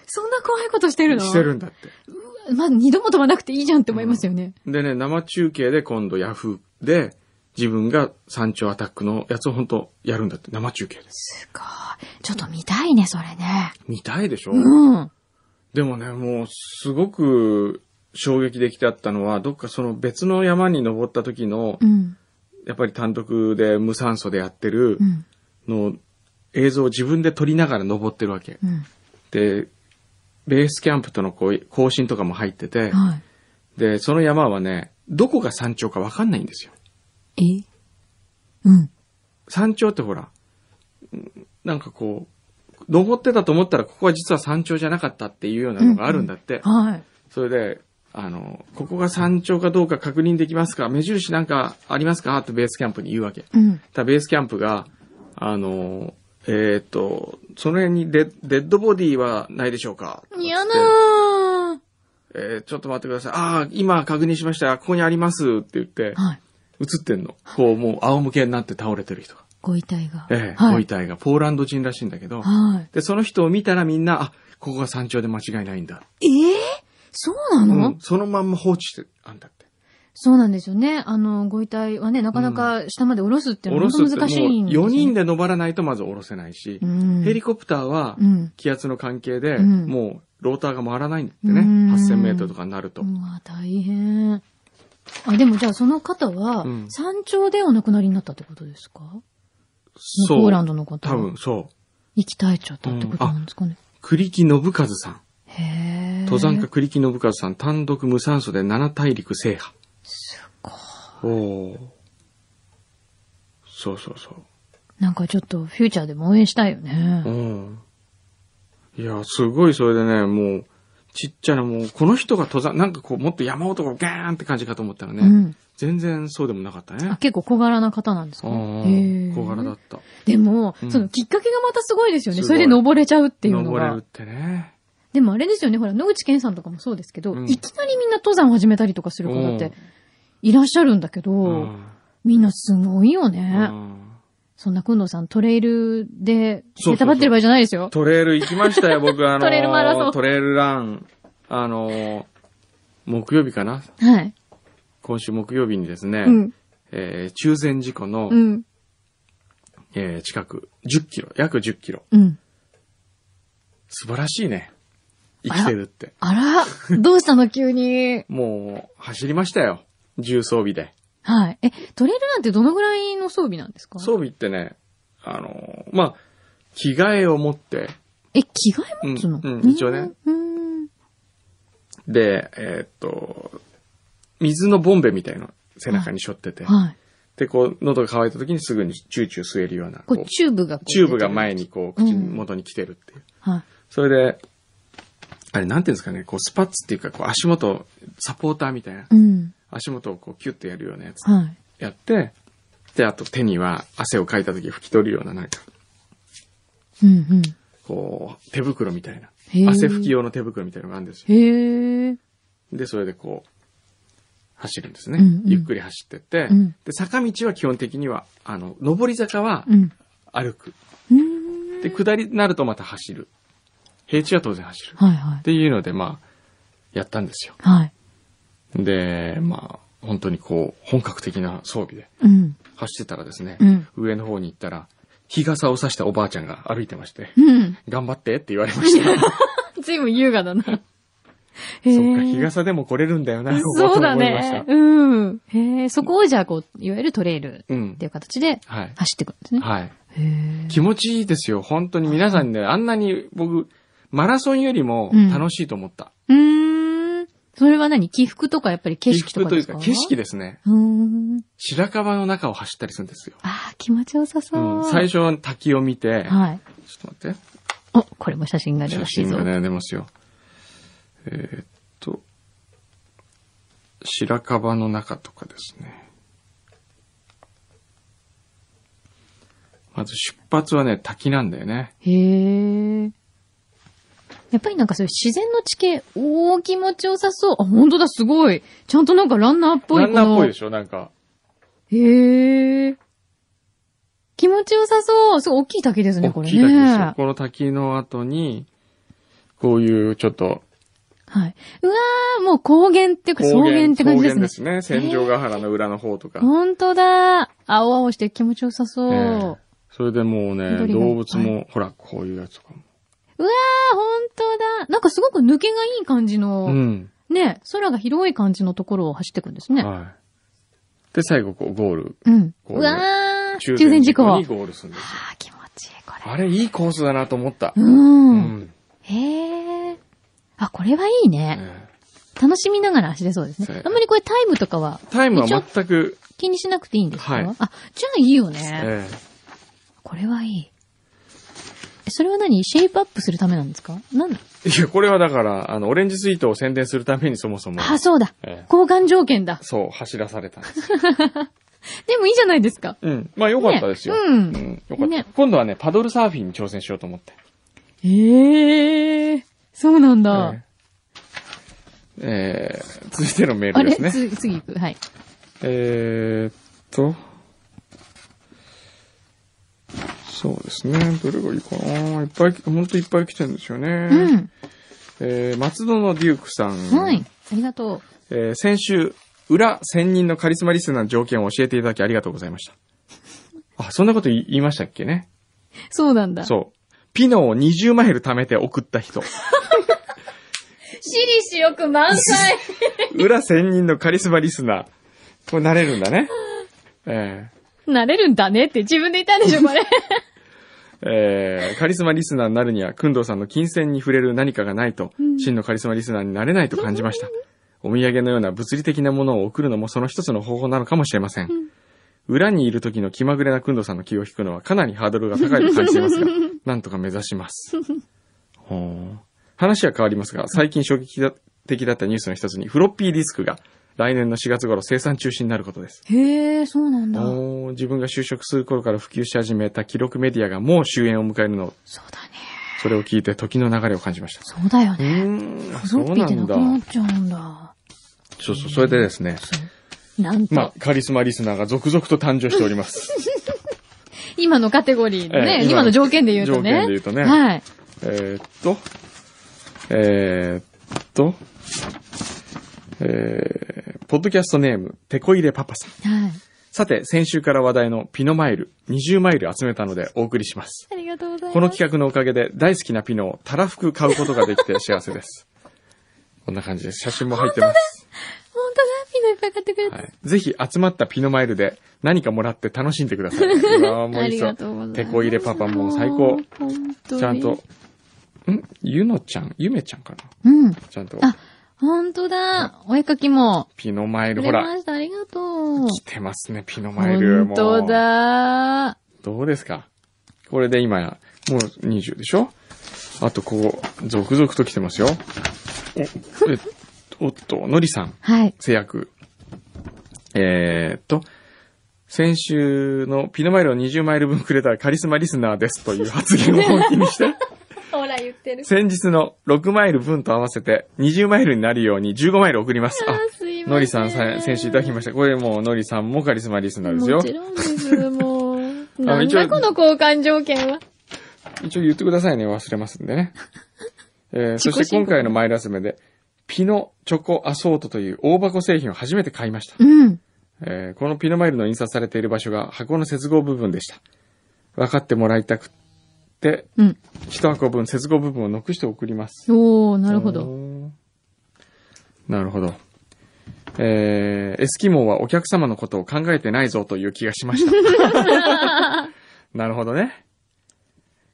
Speaker 3: そんな怖いことしてるの
Speaker 2: してるんだって。
Speaker 3: まあ、二度も飛ばなくていいじゃんって思いますよね。
Speaker 2: でね、生中継で今度ヤフーで、自分が山頂アタックのやつを本当やるんだって、生中継です。
Speaker 3: すごい。ちょっと見たいね、それね。
Speaker 2: 見たいでしょ、
Speaker 3: うん。
Speaker 2: でもね、もうすごく衝撃的だったのは、どっかその別の山に登った時の
Speaker 3: う、ん。
Speaker 2: やっぱり単独で無酸素でやってる
Speaker 3: うん。
Speaker 2: の映像を自分で撮りながら登ってるわけ。
Speaker 3: うん。
Speaker 2: で、ベースキャンプとのこう更新とかも入ってて、
Speaker 3: は
Speaker 2: で、その山はね、どこが山頂かわかんないんですよ。
Speaker 3: い。えうん。
Speaker 2: 山頂ってほら、うんなんかこう、登ってたと思ったらここは実は山頂じゃなかったっていうようなのがあるんだって。
Speaker 3: はい。
Speaker 2: それで、あの、ここが山頂かどうか確認できますか目印なんかありますかってベースキャンプに言うわけ。
Speaker 3: うん。
Speaker 2: ただベースキャンプが、あの、えーっと、その辺にデデッドボディはないでしょうか
Speaker 3: 嫌
Speaker 2: つ
Speaker 3: だ
Speaker 2: って
Speaker 3: ー。
Speaker 2: えーちょっと待ってください。ああ、今確認しました。ここにありますって言って、
Speaker 3: はい。
Speaker 2: 映ってんの。こう、もう仰向けになって倒れてる人が。
Speaker 3: ご遺体が。
Speaker 2: ええ、
Speaker 3: はい。
Speaker 2: ご遺体が。ポーランド人らしいんだけど、
Speaker 3: はい。
Speaker 2: で、その人を見たらみんな、あ、ここが山頂で間違いないんだ。
Speaker 3: ええそうなの、
Speaker 2: うんそのまんま放置してあんだって。
Speaker 3: そうなんですよね。あの、ご遺体はね、なかなか下まで下ろすっていうのは本当難しいんですよ、ね。
Speaker 2: 4人で登らないとまず降ろせないし、
Speaker 3: うん、
Speaker 2: ヘリコプターは
Speaker 3: うん。
Speaker 2: 気圧の関係で、
Speaker 3: うん
Speaker 2: もうローターが回らないんだってね。
Speaker 3: うん
Speaker 2: 8000メートルとかになると。
Speaker 3: うわ、大変。あ、でもじゃあその方は
Speaker 2: う、ん
Speaker 3: 山頂でお亡くなりになったってことですか、ポ
Speaker 2: そ
Speaker 3: ーラン
Speaker 2: う。
Speaker 3: ドの方。
Speaker 2: 多。分、そう。
Speaker 3: 生き絶えちゃったってことなんですかね。
Speaker 2: 栗木信和さん。
Speaker 3: へえ。
Speaker 2: 登山家栗木信和さん、単独無酸素で7大陸制覇。
Speaker 3: すごい。
Speaker 2: おお。そうそうそう。
Speaker 3: なんかちょっとフューチャーでも応援したいよ
Speaker 2: う
Speaker 3: ね。
Speaker 2: ん。いや、すごいそれでね、もう、ちっちゃなもう、この人が登山、なんかこう、もっと山男ガーンって感じかと思ったらね、
Speaker 3: うん
Speaker 2: 全然そうでもなかった
Speaker 3: あ
Speaker 2: ね。
Speaker 3: 結構小柄な方なんです
Speaker 2: う
Speaker 3: か
Speaker 2: ん。小柄だ
Speaker 3: っ
Speaker 2: った。
Speaker 3: でも、
Speaker 2: うん
Speaker 3: そのきっかけがまたすごいですよね。
Speaker 2: すごい
Speaker 3: それで登れちゃうっていうの
Speaker 2: 登れる
Speaker 3: が
Speaker 2: っ。てね。
Speaker 3: でもあれですよね、ほら、野口健さんとかもそうですけど、
Speaker 2: うん
Speaker 3: いきなりみんな登山始めたりとかする方っ
Speaker 2: う
Speaker 3: て
Speaker 2: ん
Speaker 3: いらっしゃるんだけど、
Speaker 2: うん
Speaker 3: みんなすごいよね。
Speaker 2: うん
Speaker 3: そんなくんどうさん、トレイルで、
Speaker 2: そうそうそう
Speaker 3: 出たばってる場合じゃないですよ。
Speaker 2: トレイル行きまし
Speaker 3: <laughs>
Speaker 2: たよ、僕。あのー
Speaker 3: トレイルマラソン
Speaker 2: トレイルラン。あのー木曜日かな
Speaker 3: はい。
Speaker 2: 今週木曜日にですね、
Speaker 3: うん。
Speaker 2: えー中禅寺湖の、
Speaker 3: うん。
Speaker 2: えー近く、10キロ、約10キロ。
Speaker 3: うん。
Speaker 2: 素晴らしいね。生きてるって。
Speaker 3: あら、どうしたの急に。
Speaker 2: もう、走りましたよ。重装備で。
Speaker 3: はい。え、トレイルなんてどのぐらいの装備なんですか
Speaker 2: 装備ってね、あのーまあ、着替えを持って、
Speaker 3: え、着替え持つの、
Speaker 2: うんうん一応ね。
Speaker 3: うん。
Speaker 2: で、えーっと、水のボンベみたいの背中に背負ってて、
Speaker 3: はい。
Speaker 2: で、こう、喉が渇いた時にすぐにチューチュー吸えるような、
Speaker 3: こ
Speaker 2: こ
Speaker 3: う、
Speaker 2: う
Speaker 3: チューブがこう
Speaker 2: チューブが前にこう、口
Speaker 3: うん
Speaker 2: 元に来てるっていう。
Speaker 3: はい。
Speaker 2: それで、あれなんていうんですかね、こうスパッツっていうか、こう足元、サポーターみたいな
Speaker 3: う、ん。
Speaker 2: 足元をこうキュッてやるようなやつ
Speaker 3: はい。
Speaker 2: やって、で、あと手には汗をかいた時拭き取るようななんか、
Speaker 3: うんうん。
Speaker 2: こう、手袋みたいな
Speaker 3: へー。
Speaker 2: 汗拭き用の手袋みたいなのがあるんですよ。
Speaker 3: へえ。
Speaker 2: で、それでこう、走るんですね。
Speaker 3: うんうん
Speaker 2: ゆっくり走ってって、
Speaker 3: うん
Speaker 2: で、坂道は基本的には、あの、上り坂は
Speaker 3: うん。
Speaker 2: 歩く。
Speaker 3: うん。
Speaker 2: で、下りになるとまた走る。平地は当然走る。っ
Speaker 3: はいはい。
Speaker 2: ていうので、まあ、やったんですよ。
Speaker 3: はい。
Speaker 2: で、まあ、本当にこう、本格的な装備で
Speaker 3: うん。
Speaker 2: 走ってたらですね、
Speaker 3: うん
Speaker 2: 上の方に行ったら、日傘を差したおばあちゃんが歩いてまして、
Speaker 3: うん。
Speaker 2: 頑張ってって言われました。
Speaker 3: ずいぶん優雅だな。へえ。
Speaker 2: そっか、日傘でも来れるんだよな、ここと
Speaker 3: そうだ
Speaker 2: 思いました
Speaker 3: ね。うん。へえ。そこをじゃあ、こう、いわゆるトレイル
Speaker 2: うん
Speaker 3: っていう形で
Speaker 2: はい。
Speaker 3: 走っていくんですね。
Speaker 2: はい。
Speaker 3: へえ。
Speaker 2: 気持ちいいですよ。本当に皆さんね、あんなに僕、マラソンよりも楽しいと思った。
Speaker 3: うーん。それは何起伏とかやっぱり景色とかですか
Speaker 2: 景色ですね。
Speaker 3: うーん。
Speaker 2: 白樺の中を走ったりするんですよ。
Speaker 3: ああ、気持ちよさそう。
Speaker 2: うん最初は滝を見て、
Speaker 3: はい。
Speaker 2: ちょっと待って。
Speaker 3: お、これも写真が出
Speaker 2: 写
Speaker 3: ましい
Speaker 2: 真
Speaker 3: ぞ。
Speaker 2: がね、出ますよ。えーっと、白樺の中とかですね。まず出発はね、滝なんだよね。
Speaker 3: へえ。やっぱりなんかそういう自然の地形、おー、気持ちよさそう。あ、本当だ、すごい。ちゃんとなんかランナーっぽい。
Speaker 2: ランナーっぽいで
Speaker 3: し
Speaker 2: しょなんか。
Speaker 3: ょ。へえ。気持ちよさそう。すごい大きい滝ですね、こ
Speaker 2: 大
Speaker 3: れ
Speaker 2: き
Speaker 3: ね。
Speaker 2: い滝ですよ。この滝の後に、こういうちょっと
Speaker 3: はい。うわー、もう高原っていうか草原って感じですね。
Speaker 2: 高原ですね。戦場ヶ原の裏の方とか。
Speaker 3: 本当だ。青々して気持ちよさそう。
Speaker 2: ええそれでもうね、
Speaker 3: 緑が
Speaker 2: 動物も、ほら、こういうやつとかも。
Speaker 3: うわー、本当だ。なんかすごく抜けがいい感じの、
Speaker 2: うん。
Speaker 3: ね、空が広い感じのところを走ってくんですね。
Speaker 2: はい。で、最後、こう、ゴール。
Speaker 3: うん。
Speaker 2: こう
Speaker 3: う
Speaker 2: ね
Speaker 3: わー、中禅寺湖。
Speaker 2: にゴールするんですよ。
Speaker 3: あー、気持ちいい、これ。
Speaker 2: あれ、いいコースだなと思った。
Speaker 3: う。
Speaker 2: うんん。
Speaker 3: へー。あ、これはいい
Speaker 2: え
Speaker 3: ね。
Speaker 2: え
Speaker 3: 楽しみながら走れそうです
Speaker 2: そう
Speaker 3: ね。あんまりこれタイムとかは
Speaker 2: タイムは全く、
Speaker 3: 気にしなくていいんですか、
Speaker 2: はい
Speaker 3: あ、じゃあいいよね。
Speaker 2: ええ
Speaker 3: これはいい。えそれは何シェイプアップするためなんですかなんだ
Speaker 2: いや、これはだから、あの、オレンジスイートを宣伝するためにそもそも、
Speaker 3: あ、そうだ。
Speaker 2: ええ
Speaker 3: 交換条件だ。
Speaker 2: そう、走らされたんです。
Speaker 3: でもいいじゃないですか。
Speaker 2: うん。まあ、良かったですよ。
Speaker 3: ねうん
Speaker 2: 良かった
Speaker 3: ね。
Speaker 2: 今度はね、パドルサーフィンに挑戦しようと思って。
Speaker 3: ええー、そうなんだ。
Speaker 2: えーえー続いてのメー
Speaker 3: あ
Speaker 2: ル
Speaker 3: れ
Speaker 2: ですね。
Speaker 3: つ次行く。はい。
Speaker 2: えーっと、そうですね。どれがいいかな。いっぱい、ほんといっぱい来てるんですよね。
Speaker 3: うん。
Speaker 2: えー松戸のデュークさん。
Speaker 3: はい。ありがとう。
Speaker 2: えー先週、裏1000人のカリスマリスナーの条件を教えていただきありがとうございました。あ、そんなこと言い言いましたっけね。
Speaker 3: そうなんだ。
Speaker 2: そう。ピノを20マイル貯めて送った人。
Speaker 3: 私利私欲満載。 <laughs>
Speaker 2: 裏1000人のカリスマリスナー。これなれるんだね。え
Speaker 3: なれるんだねって自分で言ったんでしょ、
Speaker 2: <laughs>
Speaker 3: これ。
Speaker 2: ーえーカリスマリスナーになるには、くんどうさんの金銭に触れる何かがないと、真のカリスマリスナーになれないと感じました。お土産のような物理的なものを送るのもその一つの方法なのかもしれません。裏にいる時の気まぐれなくんどうさんの気を引くのはかなりハードルが高いと感じていますが、なんとか目指します。ほう話は変わりますが、最近衝撃的だったニュースの一つに、フロッピーディスクが来年の4月頃生産中止になることです。
Speaker 3: へえ、そうなんだ。
Speaker 2: おー自分が就職する頃から普及し始めた記録メディアがもう終焉を迎えるの、
Speaker 3: そうだね。
Speaker 2: それを聞いて時の流れを感じました。
Speaker 3: そうだよ
Speaker 2: う
Speaker 3: ね。
Speaker 2: ーん、あ
Speaker 3: フ
Speaker 2: そ
Speaker 3: ロッ
Speaker 2: う
Speaker 3: ピー
Speaker 2: な
Speaker 3: ってなんくなっ
Speaker 2: だ。
Speaker 3: ちゃうんだ。
Speaker 2: そうそう、それでですね、
Speaker 3: そう。なんと、
Speaker 2: まあ、カリスマリスナーが続々と誕生しております。
Speaker 3: 今のカテゴリーのね、
Speaker 2: ええ
Speaker 3: 今の条件で言うとね。
Speaker 2: 条件で言うとね
Speaker 3: はい。
Speaker 2: えーっと、えーっと、えー、ポッドキャストネーム、テコ入れパパさん。
Speaker 3: はい。
Speaker 2: さて、先週から話題のピノマイル、20マイル集めたのでお送りします。
Speaker 3: ありがとうございます。
Speaker 2: この企画のおかげで大好きなピノをたらふく買うことができ <laughs> て幸せです。こんな感じです。写真も入ってます。
Speaker 3: 本当だ、ピノいっぱい買ってくれた。
Speaker 2: はい、ぜひ集まったピノマイルで何かもらって楽しんでください。 <laughs> うわーも
Speaker 3: あ
Speaker 2: うい
Speaker 3: り
Speaker 2: いぞ
Speaker 3: がとうございます。
Speaker 2: 手こ入れパパもう最高。
Speaker 3: 本当に
Speaker 2: ちゃんと。、んゆのちゃんゆめちゃんかな
Speaker 3: うん。
Speaker 2: ちゃんと、
Speaker 3: あ、本当だ。お絵かきも。
Speaker 2: ピノマイ
Speaker 3: く
Speaker 2: ル、
Speaker 3: れ
Speaker 2: ほ
Speaker 3: ま
Speaker 2: ら、
Speaker 3: した。ありがとう。
Speaker 2: 来てますね、ピノマイル。
Speaker 3: 本当だ。
Speaker 2: もう。どうですかこれで今、もう20でしょあと、こう、続々と来てますよ。お、えっと、おっと、のりさん。
Speaker 3: はい。
Speaker 2: 製薬。えーっと、先週のピノマイルを20マイル分くれたカリスマリスナーですという発言を本気にして、
Speaker 3: ほら、言ってる。
Speaker 2: 先日の6マイル分と合わせて20マイルになるように15マイル送ります。あ、
Speaker 3: すいません。
Speaker 2: のりさんさ先週いただきました。これもうのりさんもカリスマリスナーですよ
Speaker 3: もち。ろんです、もう。
Speaker 2: <laughs> あ
Speaker 3: なん
Speaker 2: 一応
Speaker 3: だこの交換条件は。
Speaker 2: 一応言ってくださいね。忘れますんで
Speaker 3: <laughs>
Speaker 2: ね。えー
Speaker 3: 自
Speaker 2: そ
Speaker 3: 己申告
Speaker 2: して今回のマイル集めで、ピノチョコアソートという大箱製品を初めて買いました。
Speaker 3: うん。
Speaker 2: えーこのピノマイルの印刷されている場所が箱の接合部分でした。分かってもらいたくって、
Speaker 3: うん。
Speaker 2: 一箱分接合部分を残して送ります。
Speaker 3: おー、なるほ
Speaker 2: うー
Speaker 3: ど。
Speaker 2: ん。なるほど。えーエスキモーはお客様のことを考えてないぞという気がしました。
Speaker 3: <laughs>
Speaker 2: なるほどね。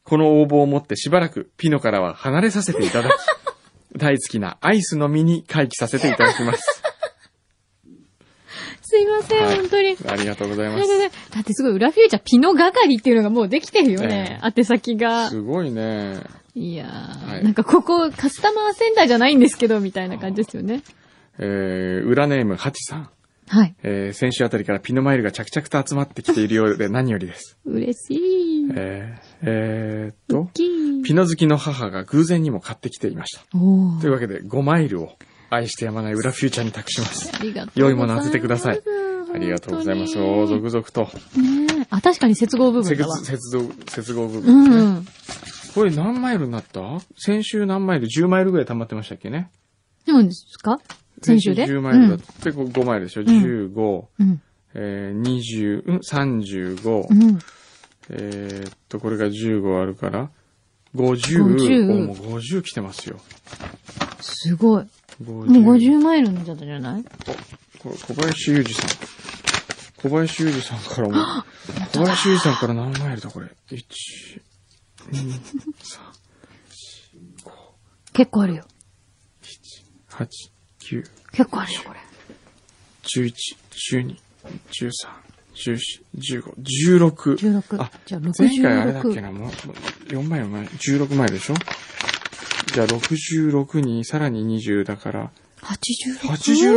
Speaker 2: この応募を持ってしばらくピノからは離れさせていただ
Speaker 3: <laughs>
Speaker 2: き、大好きなアイスの実に回帰させていただきます。
Speaker 3: すいませ
Speaker 2: は
Speaker 3: ん、
Speaker 2: い
Speaker 3: 本当に。
Speaker 2: ありがとうござい
Speaker 3: あ
Speaker 2: ま
Speaker 3: れ
Speaker 2: す
Speaker 3: だ。ねだってすごい、裏フューチャーピノ係っていうのがもうできてるよね。宛先が。
Speaker 2: すごいね。
Speaker 3: いやー、
Speaker 2: はい
Speaker 3: なんかここカスタマーセンターじゃないんですけど、みたいな感じですよね。
Speaker 2: えー、裏ネーム、ハチさん。
Speaker 3: はい。
Speaker 2: えー、先週あたりからピノマイルが着々と集まってきているようで何よりです。
Speaker 3: 嬉しい。
Speaker 2: えー、えーっ
Speaker 3: 大
Speaker 2: と、
Speaker 3: きい。
Speaker 2: ピノ好きの母が偶然にも買ってきていました。
Speaker 3: お
Speaker 2: と
Speaker 3: ー。
Speaker 2: いうわけで、5マイルを愛してやまない裏フューチャーに託します。
Speaker 3: ありがとうございます。
Speaker 2: 良いもの当ててくださいありがとうございます。お
Speaker 3: 本
Speaker 2: ー、続々と。
Speaker 3: 当にねえあ、確かに接合部分
Speaker 2: 接
Speaker 3: だわ
Speaker 2: 接。接合、接合部
Speaker 3: う
Speaker 2: 分。
Speaker 3: ん。
Speaker 2: これ何マイルになった先週何マイル ?10 マイルぐらい溜まってましたっけね
Speaker 3: でもですか先週で。
Speaker 2: 10マイルだ
Speaker 3: う
Speaker 2: っ
Speaker 3: ん
Speaker 2: て、こう5マイルでしょ ?15、
Speaker 3: うん。
Speaker 2: えー、20、うん ?35、
Speaker 3: うん。
Speaker 2: えーっと、これが15あるから、50、
Speaker 3: 50
Speaker 2: おもう50来てますよ。
Speaker 3: すごい。
Speaker 2: 50
Speaker 3: もう50マイルになっちゃったじゃない
Speaker 2: これ小林裕二さん。小林裕二さんからも、小林裕二さんから何マイルだこれ。1、2、3、
Speaker 3: 結構あるよ。
Speaker 2: 8、9、
Speaker 3: 結構あるよ、これ。
Speaker 2: 11、12、13、14、15、16。
Speaker 3: 16
Speaker 2: あ、
Speaker 3: じゃあ
Speaker 2: 前回あれだっけ
Speaker 3: 66。
Speaker 2: な、もう、4マイル前、16マイルでしょじゃあ66に、さらに20だから、
Speaker 3: 86?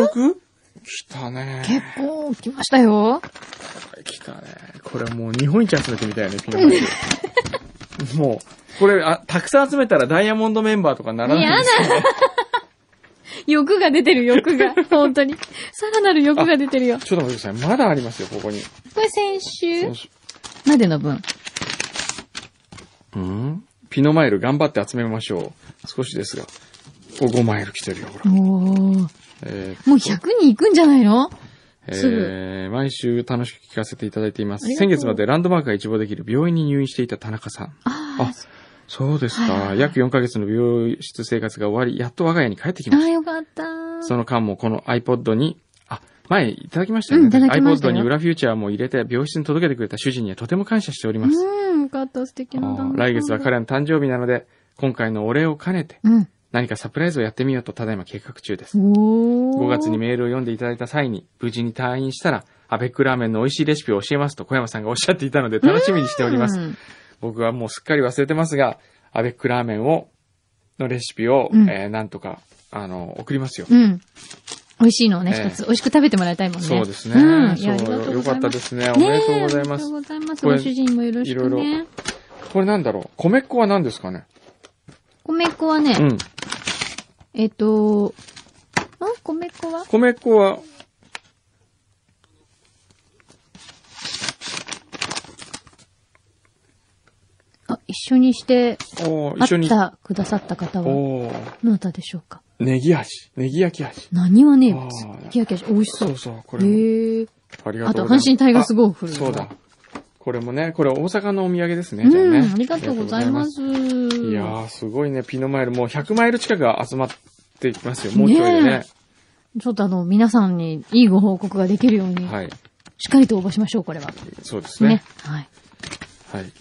Speaker 2: 86? 来たね。
Speaker 3: 結構来ましたよ。
Speaker 2: 来たね。これもう日本一集めてみたいよね、ピノマイ
Speaker 3: <laughs>
Speaker 2: ル。もう、これ、あ、たくさん集めたらダイヤモンドメンバーとかならないんですよ。
Speaker 3: 欲が出てる、欲が。本当に。さらなる欲が出てるよ。
Speaker 2: ちょっと待ってください。まだありますよ、ここに。
Speaker 3: これ先週
Speaker 2: よし
Speaker 3: までの分。
Speaker 2: うんピノマイル頑張って集めましょう。少しですが。これ5マイル来てるよ、ほら
Speaker 3: お。ー。
Speaker 2: えー
Speaker 3: もう100人行くんじゃないのすぐ
Speaker 2: えー毎週楽しく聞かせていただいていま
Speaker 3: あ
Speaker 2: す。
Speaker 3: りがと
Speaker 2: 先
Speaker 3: う
Speaker 2: 月までランドマークが一望できる病院に入院していた田中さん。
Speaker 3: あ
Speaker 2: そうですか。
Speaker 3: はいはいはい
Speaker 2: 約4ヶ月の病室生活が終わり、やっと我が家に帰ってき
Speaker 3: あ、あ
Speaker 2: まし
Speaker 3: ーよかった。
Speaker 2: た。その間もこの iPod に、あ、前いただきましたよね。
Speaker 3: うんいただきました
Speaker 2: iPod
Speaker 3: よ
Speaker 2: に裏フューチャーも入れて病室に届けてくれた主人にはとても感謝しております。
Speaker 3: うん、よかった。素敵な
Speaker 2: あ
Speaker 3: 旦
Speaker 2: ー
Speaker 3: 那
Speaker 2: 来月は彼の誕生日なので、今回のお礼を兼ねて、
Speaker 3: うん。
Speaker 2: 何かサプライズをやってみようとただいま計画中です。
Speaker 3: おー。
Speaker 2: 5月にメールを読んでいただいた際に、無事に退院したら、アベックラーメンの美味しいレシピを教えますと小山さんがおっしゃっていたので楽しみにしております
Speaker 3: う。ん
Speaker 2: 僕はもうすっかり忘れてますが、アベックラーメンを、のレシピを、
Speaker 3: うん
Speaker 2: えーなんとか、あの、送りますよ。
Speaker 3: うん。美味しいのをね、
Speaker 2: ええ
Speaker 3: 一つ、美味しく食べてもらいたいもんね。
Speaker 2: そうですね。
Speaker 3: うん。い
Speaker 2: そ
Speaker 3: や、ありがと
Speaker 2: う、
Speaker 3: うご
Speaker 2: よか
Speaker 3: ざ
Speaker 2: っ
Speaker 3: い
Speaker 2: た
Speaker 3: ま。
Speaker 2: ですすね。おめでとうござい
Speaker 3: ねえおめで
Speaker 2: ます。
Speaker 3: とうございます。
Speaker 2: これ
Speaker 3: ご主人もよろしく
Speaker 2: いろい
Speaker 3: ね
Speaker 2: ろ。これなんだろう。米粉は何ですかね
Speaker 3: 米粉はね、
Speaker 2: うん。
Speaker 3: えっと、あ、米粉は
Speaker 2: 米粉は、
Speaker 3: あ、一緒にして、
Speaker 2: お
Speaker 3: 会
Speaker 2: ー一緒
Speaker 3: っ
Speaker 2: に、
Speaker 3: た、くださった方は、
Speaker 2: おー
Speaker 3: どなたでしょうか
Speaker 2: ネギ味。ネギ焼き味。
Speaker 3: 何はね
Speaker 2: あー、
Speaker 3: すき焼き味、美味しそ
Speaker 2: そうう。そう、こ
Speaker 3: へ
Speaker 2: れも。
Speaker 3: え。
Speaker 2: ありが
Speaker 3: あ
Speaker 2: とう
Speaker 3: と、
Speaker 2: ございま
Speaker 3: 阪
Speaker 2: す。
Speaker 3: 神タイガース
Speaker 2: あ
Speaker 3: 豪雨。
Speaker 2: そうだ。。これもね、これ大阪のお土産ですね。じゃあ
Speaker 3: う
Speaker 2: ね
Speaker 3: ん、ありがとうございます。
Speaker 2: い
Speaker 3: い
Speaker 2: やー、すごいね。ピノマイル、もう100マイル近くが集まってきますよ。もうちょいでね
Speaker 3: ね。ちょっとあの、皆さんにいいご報告ができるように、
Speaker 2: はい。
Speaker 3: しっかりと応募しましょう、これは。
Speaker 2: そうですね。
Speaker 3: ね。はい。
Speaker 2: はい。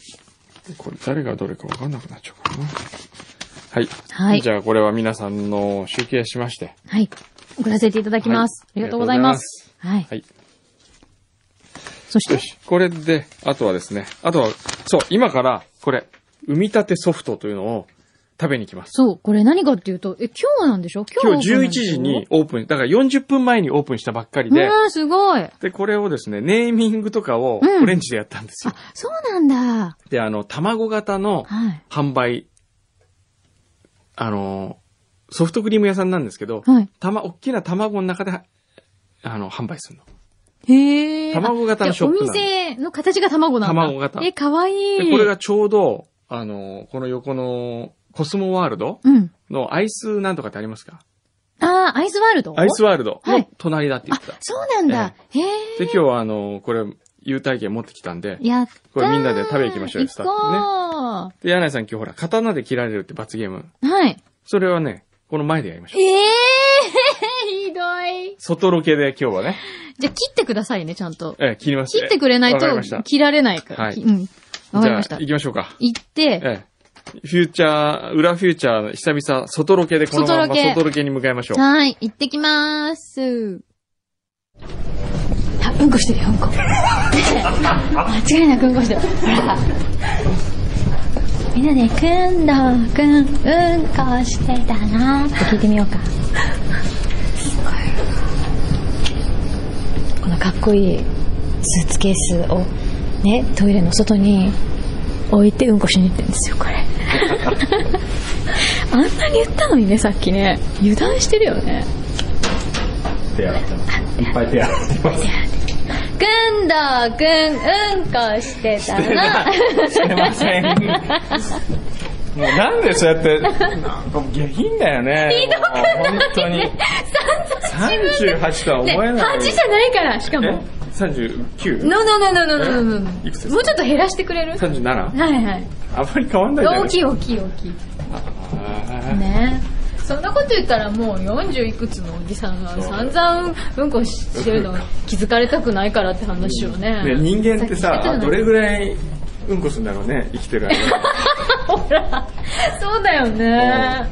Speaker 2: これ誰がどれかわかんなくなっちゃうからな。はい。
Speaker 3: はい
Speaker 2: じゃあこれは皆さんの集計しまして。
Speaker 3: はい。送らせていただきます。
Speaker 2: はい
Speaker 3: ありがとうございます。はい。
Speaker 2: はい。
Speaker 3: そし
Speaker 2: よ
Speaker 3: て、
Speaker 2: し。これで、あとはですね。あとは、そう、今から、これ、産み立てソフトというのを食べに行きます。
Speaker 3: そう、これ何かっていうと、え、今日なんでしょ
Speaker 2: 今
Speaker 3: 今
Speaker 2: 日11時にオープン、だから40分前にオープンしたばっかり
Speaker 3: う
Speaker 2: で、
Speaker 3: わー、すごい。あ、
Speaker 2: で、これをですね、ネーミングとかを
Speaker 3: うん
Speaker 2: オレンジでやったんですよ。
Speaker 3: そうなんだ。
Speaker 2: で、あの、卵型の
Speaker 3: はい。
Speaker 2: 販売、あの、ソフトクリーム屋さんなんですけど、
Speaker 3: はい。
Speaker 2: たま、大きな卵の中で、あの、販売するの。
Speaker 3: へえ。
Speaker 2: 卵型のショップなの
Speaker 3: じゃあお店の形が卵なんだ。
Speaker 2: 卵型
Speaker 3: え、かわいい。
Speaker 2: で、これがちょうど、あの、この横のコスモワールド
Speaker 3: うん。
Speaker 2: のアイスなんとかってありますか
Speaker 3: あー、アイスワールド
Speaker 2: アイスワールド
Speaker 3: は
Speaker 2: の
Speaker 3: い
Speaker 2: 隣だって言ってた。
Speaker 3: あ、そうなんだ。へえ。
Speaker 2: で、今日はあの、これ、優待券持ってきたんで、
Speaker 3: やったー。
Speaker 2: これみんなで食べに行きましょうよスタッフでね
Speaker 3: 行こ
Speaker 2: で、柳井さん今日ほら、刀で切られるって罰ゲーム。
Speaker 3: う。はい。
Speaker 2: それはね、この前でやりましょう。
Speaker 3: ええー、 <laughs> ひどい。
Speaker 2: 外ロケで今日はね、
Speaker 3: じゃあ切ってくださいね、ちゃんと。
Speaker 2: ええ切りますね
Speaker 3: 切ってくれない
Speaker 2: わか
Speaker 3: と
Speaker 2: りました。
Speaker 3: 切られないから。
Speaker 2: はい
Speaker 3: きうん。わかりまし
Speaker 2: じ
Speaker 3: た
Speaker 2: ゃあ行。きましょうか。
Speaker 3: 行って、
Speaker 2: ええ。フューチャー、裏フューチャー、久々、外ロケでこのま
Speaker 3: 外
Speaker 2: ま
Speaker 3: ロケ
Speaker 2: 外ロケに向かいましょう。
Speaker 3: はい、行ってきまーす。あ、うんこしてるよ、うんこ。間違いなくうんこしてる。ほら。みんなで、くんどうくん、うんこしてたなーって聞いてみようか。すごい。このかっこいいスーツケースを、ね、トイレの外に置いてうんこしに行ってるんですよ、これ。あんなに言ったのにね、さっきね。油断してるよね。手洗ってます。いっぱい手洗ってます。くんどうくん、うんこしてたな。
Speaker 2: してません。もうなんでそうやって、なんかもう下品だよね。本当に。38とは思え
Speaker 3: で、
Speaker 2: ない。
Speaker 3: 8じゃないから、しか
Speaker 2: え
Speaker 3: も。
Speaker 2: ?39?37?
Speaker 3: のののののののの
Speaker 2: いくつですか
Speaker 3: もうちょっと減らしてくれるはいはい。
Speaker 2: あんまり変わんないじゃない
Speaker 3: 大きい大きい大きい。
Speaker 2: あ
Speaker 3: ねそんなこと言ったらもう40いくつのおじさんが散々うんこしてるの気づかれたくないからって話をね。
Speaker 2: ーね人間ってさ、どれ
Speaker 3: らい
Speaker 2: ぐらいうんこするんだろうね、生きてる間。
Speaker 3: <laughs> ほら、そうだよね。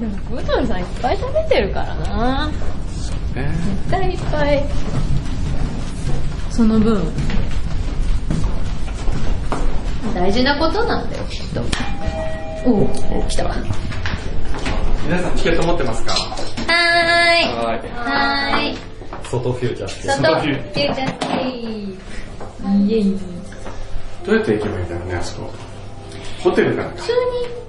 Speaker 3: でも、グートルさんいっぱい食べてるからな。
Speaker 2: ね
Speaker 3: 絶対いっぱい。その分。大事なことなんだよ、きっと。おう来たわ。は
Speaker 2: 皆さんチケット持ってますか
Speaker 3: ーい。
Speaker 2: は
Speaker 3: はーい。
Speaker 4: 外フューチャーって
Speaker 3: 外、フューチャーステイ。イエイ。
Speaker 2: い。どうやって行けばいいんだろうね、あそこ。ホテルから
Speaker 3: 普
Speaker 2: か。
Speaker 3: 通に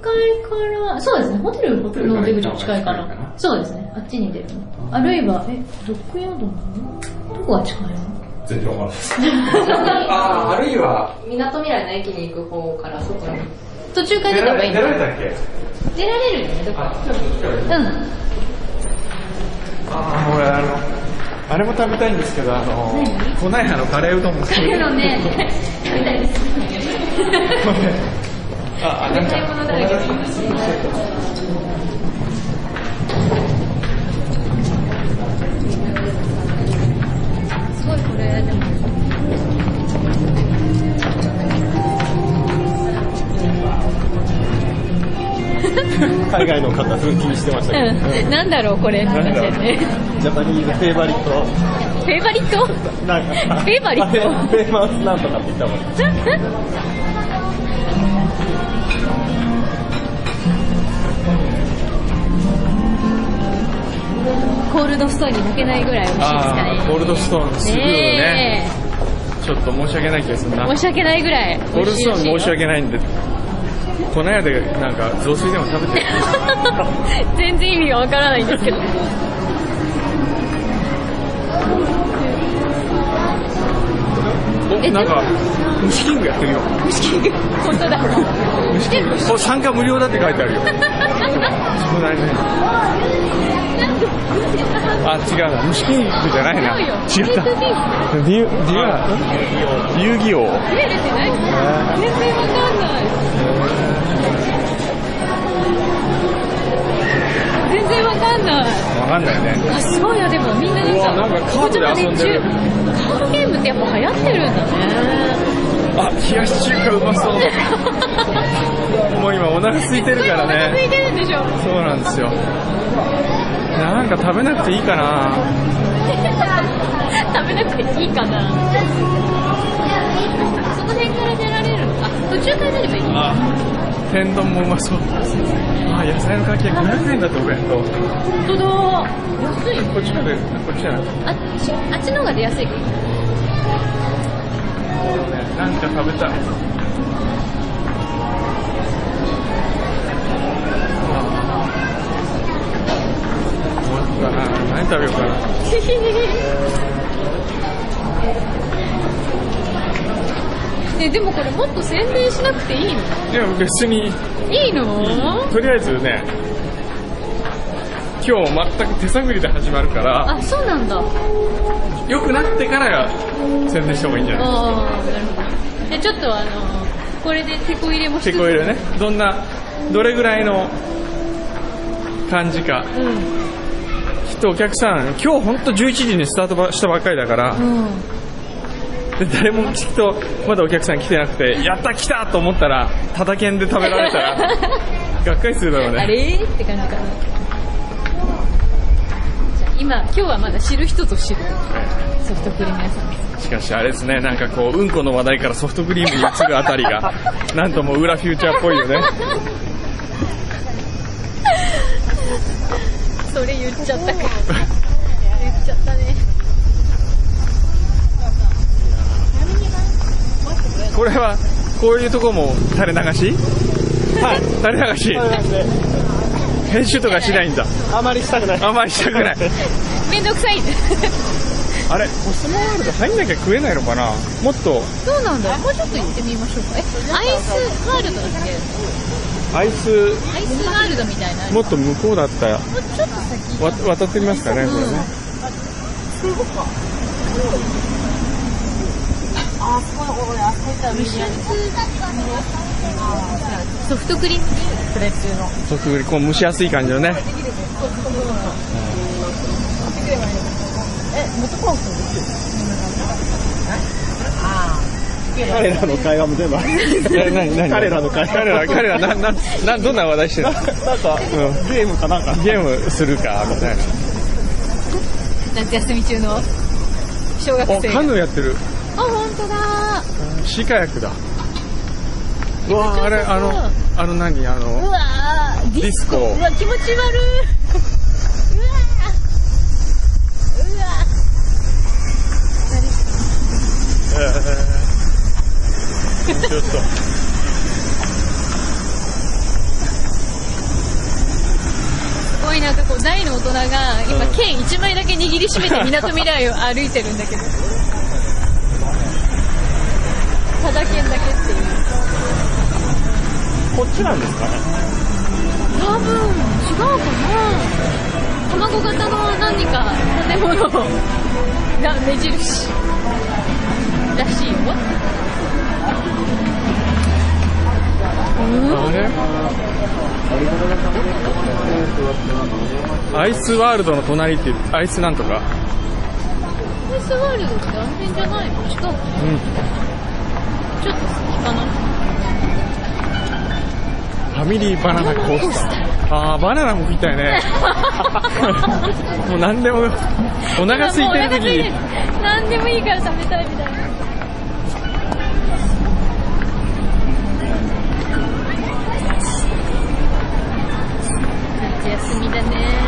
Speaker 3: 1階から、そうですね、ホテル
Speaker 2: ホテルか
Speaker 3: の
Speaker 2: ら
Speaker 3: 出口近いか。
Speaker 2: 一番近いからな
Speaker 3: そうですね、あっちに出るの。あるいは、え、ドッグヤードなのどこが近いの <laughs>
Speaker 2: 全然わかんないです。あ
Speaker 4: あ
Speaker 2: あ、あるいは、
Speaker 4: みなとみらいの駅に行く方から外に。
Speaker 3: 途中から
Speaker 2: 出
Speaker 3: 出た
Speaker 2: ら
Speaker 3: 方がい
Speaker 2: れ
Speaker 3: いの
Speaker 2: たっけ
Speaker 3: 出られるよね、どこ
Speaker 2: あ、
Speaker 3: うん。
Speaker 2: あー、俺あの、あれも食べたいんですけど、あの、こないだのカレーうどんも食べ
Speaker 3: のね、食べたいです。
Speaker 2: あ、なんか、
Speaker 4: 物だらけで
Speaker 3: すごいこれ、でも。
Speaker 5: 海外の方風気にしてましたけど、
Speaker 3: うん。なんだろう、これ。
Speaker 5: なんだろう
Speaker 3: ね
Speaker 5: ジャパニーズフェイバリット、
Speaker 3: フェイバリット
Speaker 5: なんか、
Speaker 3: フェイバリット
Speaker 5: あれフェイマスなんとかって言ったもん。
Speaker 3: コールドストーンに負けないぐらい美味しいですか
Speaker 2: あ
Speaker 3: ね
Speaker 2: ー、。ゴールドストーンすごいよね。
Speaker 3: ね
Speaker 2: ちょっと申し訳ない気がする
Speaker 3: え
Speaker 2: な。
Speaker 3: 申し訳ないぐらい
Speaker 2: ゴー
Speaker 3: 美
Speaker 2: ルド
Speaker 3: 味し
Speaker 2: ス
Speaker 3: い
Speaker 2: トーン
Speaker 3: らしいよ
Speaker 2: 申し訳ないんで、こないだなんか、雑炊でも食べてる。
Speaker 3: 全然意味がわからないんですけど。
Speaker 2: お、なんか、虫キングやってるよ。
Speaker 3: 本当だ。
Speaker 2: 虫キングお、参加無料だって書いてあるよ。そこなりね。あ、違うな。虫キングじゃないな。違った。デュ、デュア、遊戯王。
Speaker 3: メールって何全然わかんない。全然わかんない。
Speaker 2: わかんないね。
Speaker 3: あ、すごいよ、でもみんななん
Speaker 2: う
Speaker 3: か
Speaker 2: わ、なんかカードで遊んでる
Speaker 3: カードゲームってやっぱ流行ってるんだね。
Speaker 2: あ、冷やし中華うまそう。もう今お腹空いてるか
Speaker 3: お
Speaker 2: ら
Speaker 3: 腹空い
Speaker 2: ね。
Speaker 3: てるんでしょ。
Speaker 2: そうなんですよ。なんか食べなくていいかな。
Speaker 3: 食べなくていいかな。その辺から出られるのあ、途中から出ればいいの
Speaker 2: あ、天丼もうまそう。あ、野菜のかき揚げ500円だってお弁当。
Speaker 3: 本当だ。安い。
Speaker 2: こっちまで、こっちじゃなくて。
Speaker 3: あっち、あっちの方が出やすいかも。
Speaker 2: なんか食べたい。困ったな。何食べようかな。
Speaker 3: ね、でもこれもっと宣伝しなくていいの
Speaker 2: でも別に、
Speaker 3: いいの
Speaker 2: とりあえずね、今日全く手探りで始まるから、
Speaker 3: あ、そうなんだ。
Speaker 2: 良くなってから宣伝した方がいいんじゃない
Speaker 3: ああ、なるほど。え、ちょっとあの、これで手こ入れもし
Speaker 2: 手
Speaker 3: つつ
Speaker 2: こ入れね。どんな、どれぐらいの感じか。
Speaker 3: うん。
Speaker 2: きっとお客さん、今日ほんと11時にスタートばしたばっかりだから、
Speaker 3: うん。
Speaker 2: で誰もきっとまだお客さん来てなくてやった来たと思ったらたたけんで食べられたらがっかりするだろう
Speaker 3: あ
Speaker 2: ね
Speaker 3: れって感じかな。じゃあ今、今日はまだ知る人ぞ知るソフトクリーム屋さんです。
Speaker 2: しかしあれですねなんかこううんこの話題からソフトクリームに移るあたりがなんとも裏フューチャーっぽいよね
Speaker 3: それ言っちゃったか。言っちゃったね。
Speaker 2: これはこういうとこも垂れ流しはい垂れ流し編集とかしないんだ
Speaker 5: あまりしたくない。
Speaker 2: あんまりしたく <laughs> ない
Speaker 3: めんどくさい。
Speaker 2: あれコスモワールド入んなきゃ食えないのかなもっと
Speaker 3: そうなんだ。もうちょっと行ってみましょうか。え、アイスワールドだっけ
Speaker 2: アイス
Speaker 3: アイスワールドみたいな。
Speaker 2: もっと向こうだったらわ渡ってみますかねこれね
Speaker 3: ソフトクリームプレスの。
Speaker 2: ソフトクリームこう蒸しやすい感じのね。
Speaker 5: 彼らの会話も全部ある。
Speaker 2: え、なになに
Speaker 5: 彼らの会話。
Speaker 2: 彼ら、彼ら、な、な、な、どんな話題してるの
Speaker 5: なんか、ゲームかなんか。
Speaker 2: ゲームするか、みたいな。
Speaker 3: 夏休み中の小学
Speaker 2: お、
Speaker 3: 生。
Speaker 2: カ
Speaker 3: あ、
Speaker 2: ヌーやってる。
Speaker 3: 本当だ
Speaker 2: シーカヤックだ。うわあ、あれ、あの、あの何、あ
Speaker 3: ー。う
Speaker 2: の、
Speaker 3: わー。
Speaker 2: ディスコ。
Speaker 3: うわ、気持ち悪い。うわー。うわ
Speaker 2: ちょっと。
Speaker 3: 大の大人が今剣1枚だけ握りしめてみなとみらいを歩いてるんだけどただ剣だけっていう
Speaker 2: こっちなんですかね
Speaker 3: 多分違うかな卵型の何か建物が目印らしいよ
Speaker 2: あれアイスワールドの隣っていうアイスなんとか
Speaker 3: アイスワールドって安全じゃないの違うか
Speaker 2: うん
Speaker 3: ちょっと先かな
Speaker 2: ファミリーバナナコースターああバナナも食いたい <laughs> ねもう何でもお腹空いてる時に
Speaker 3: に何でもいいから食べたいみたいな夏休みだね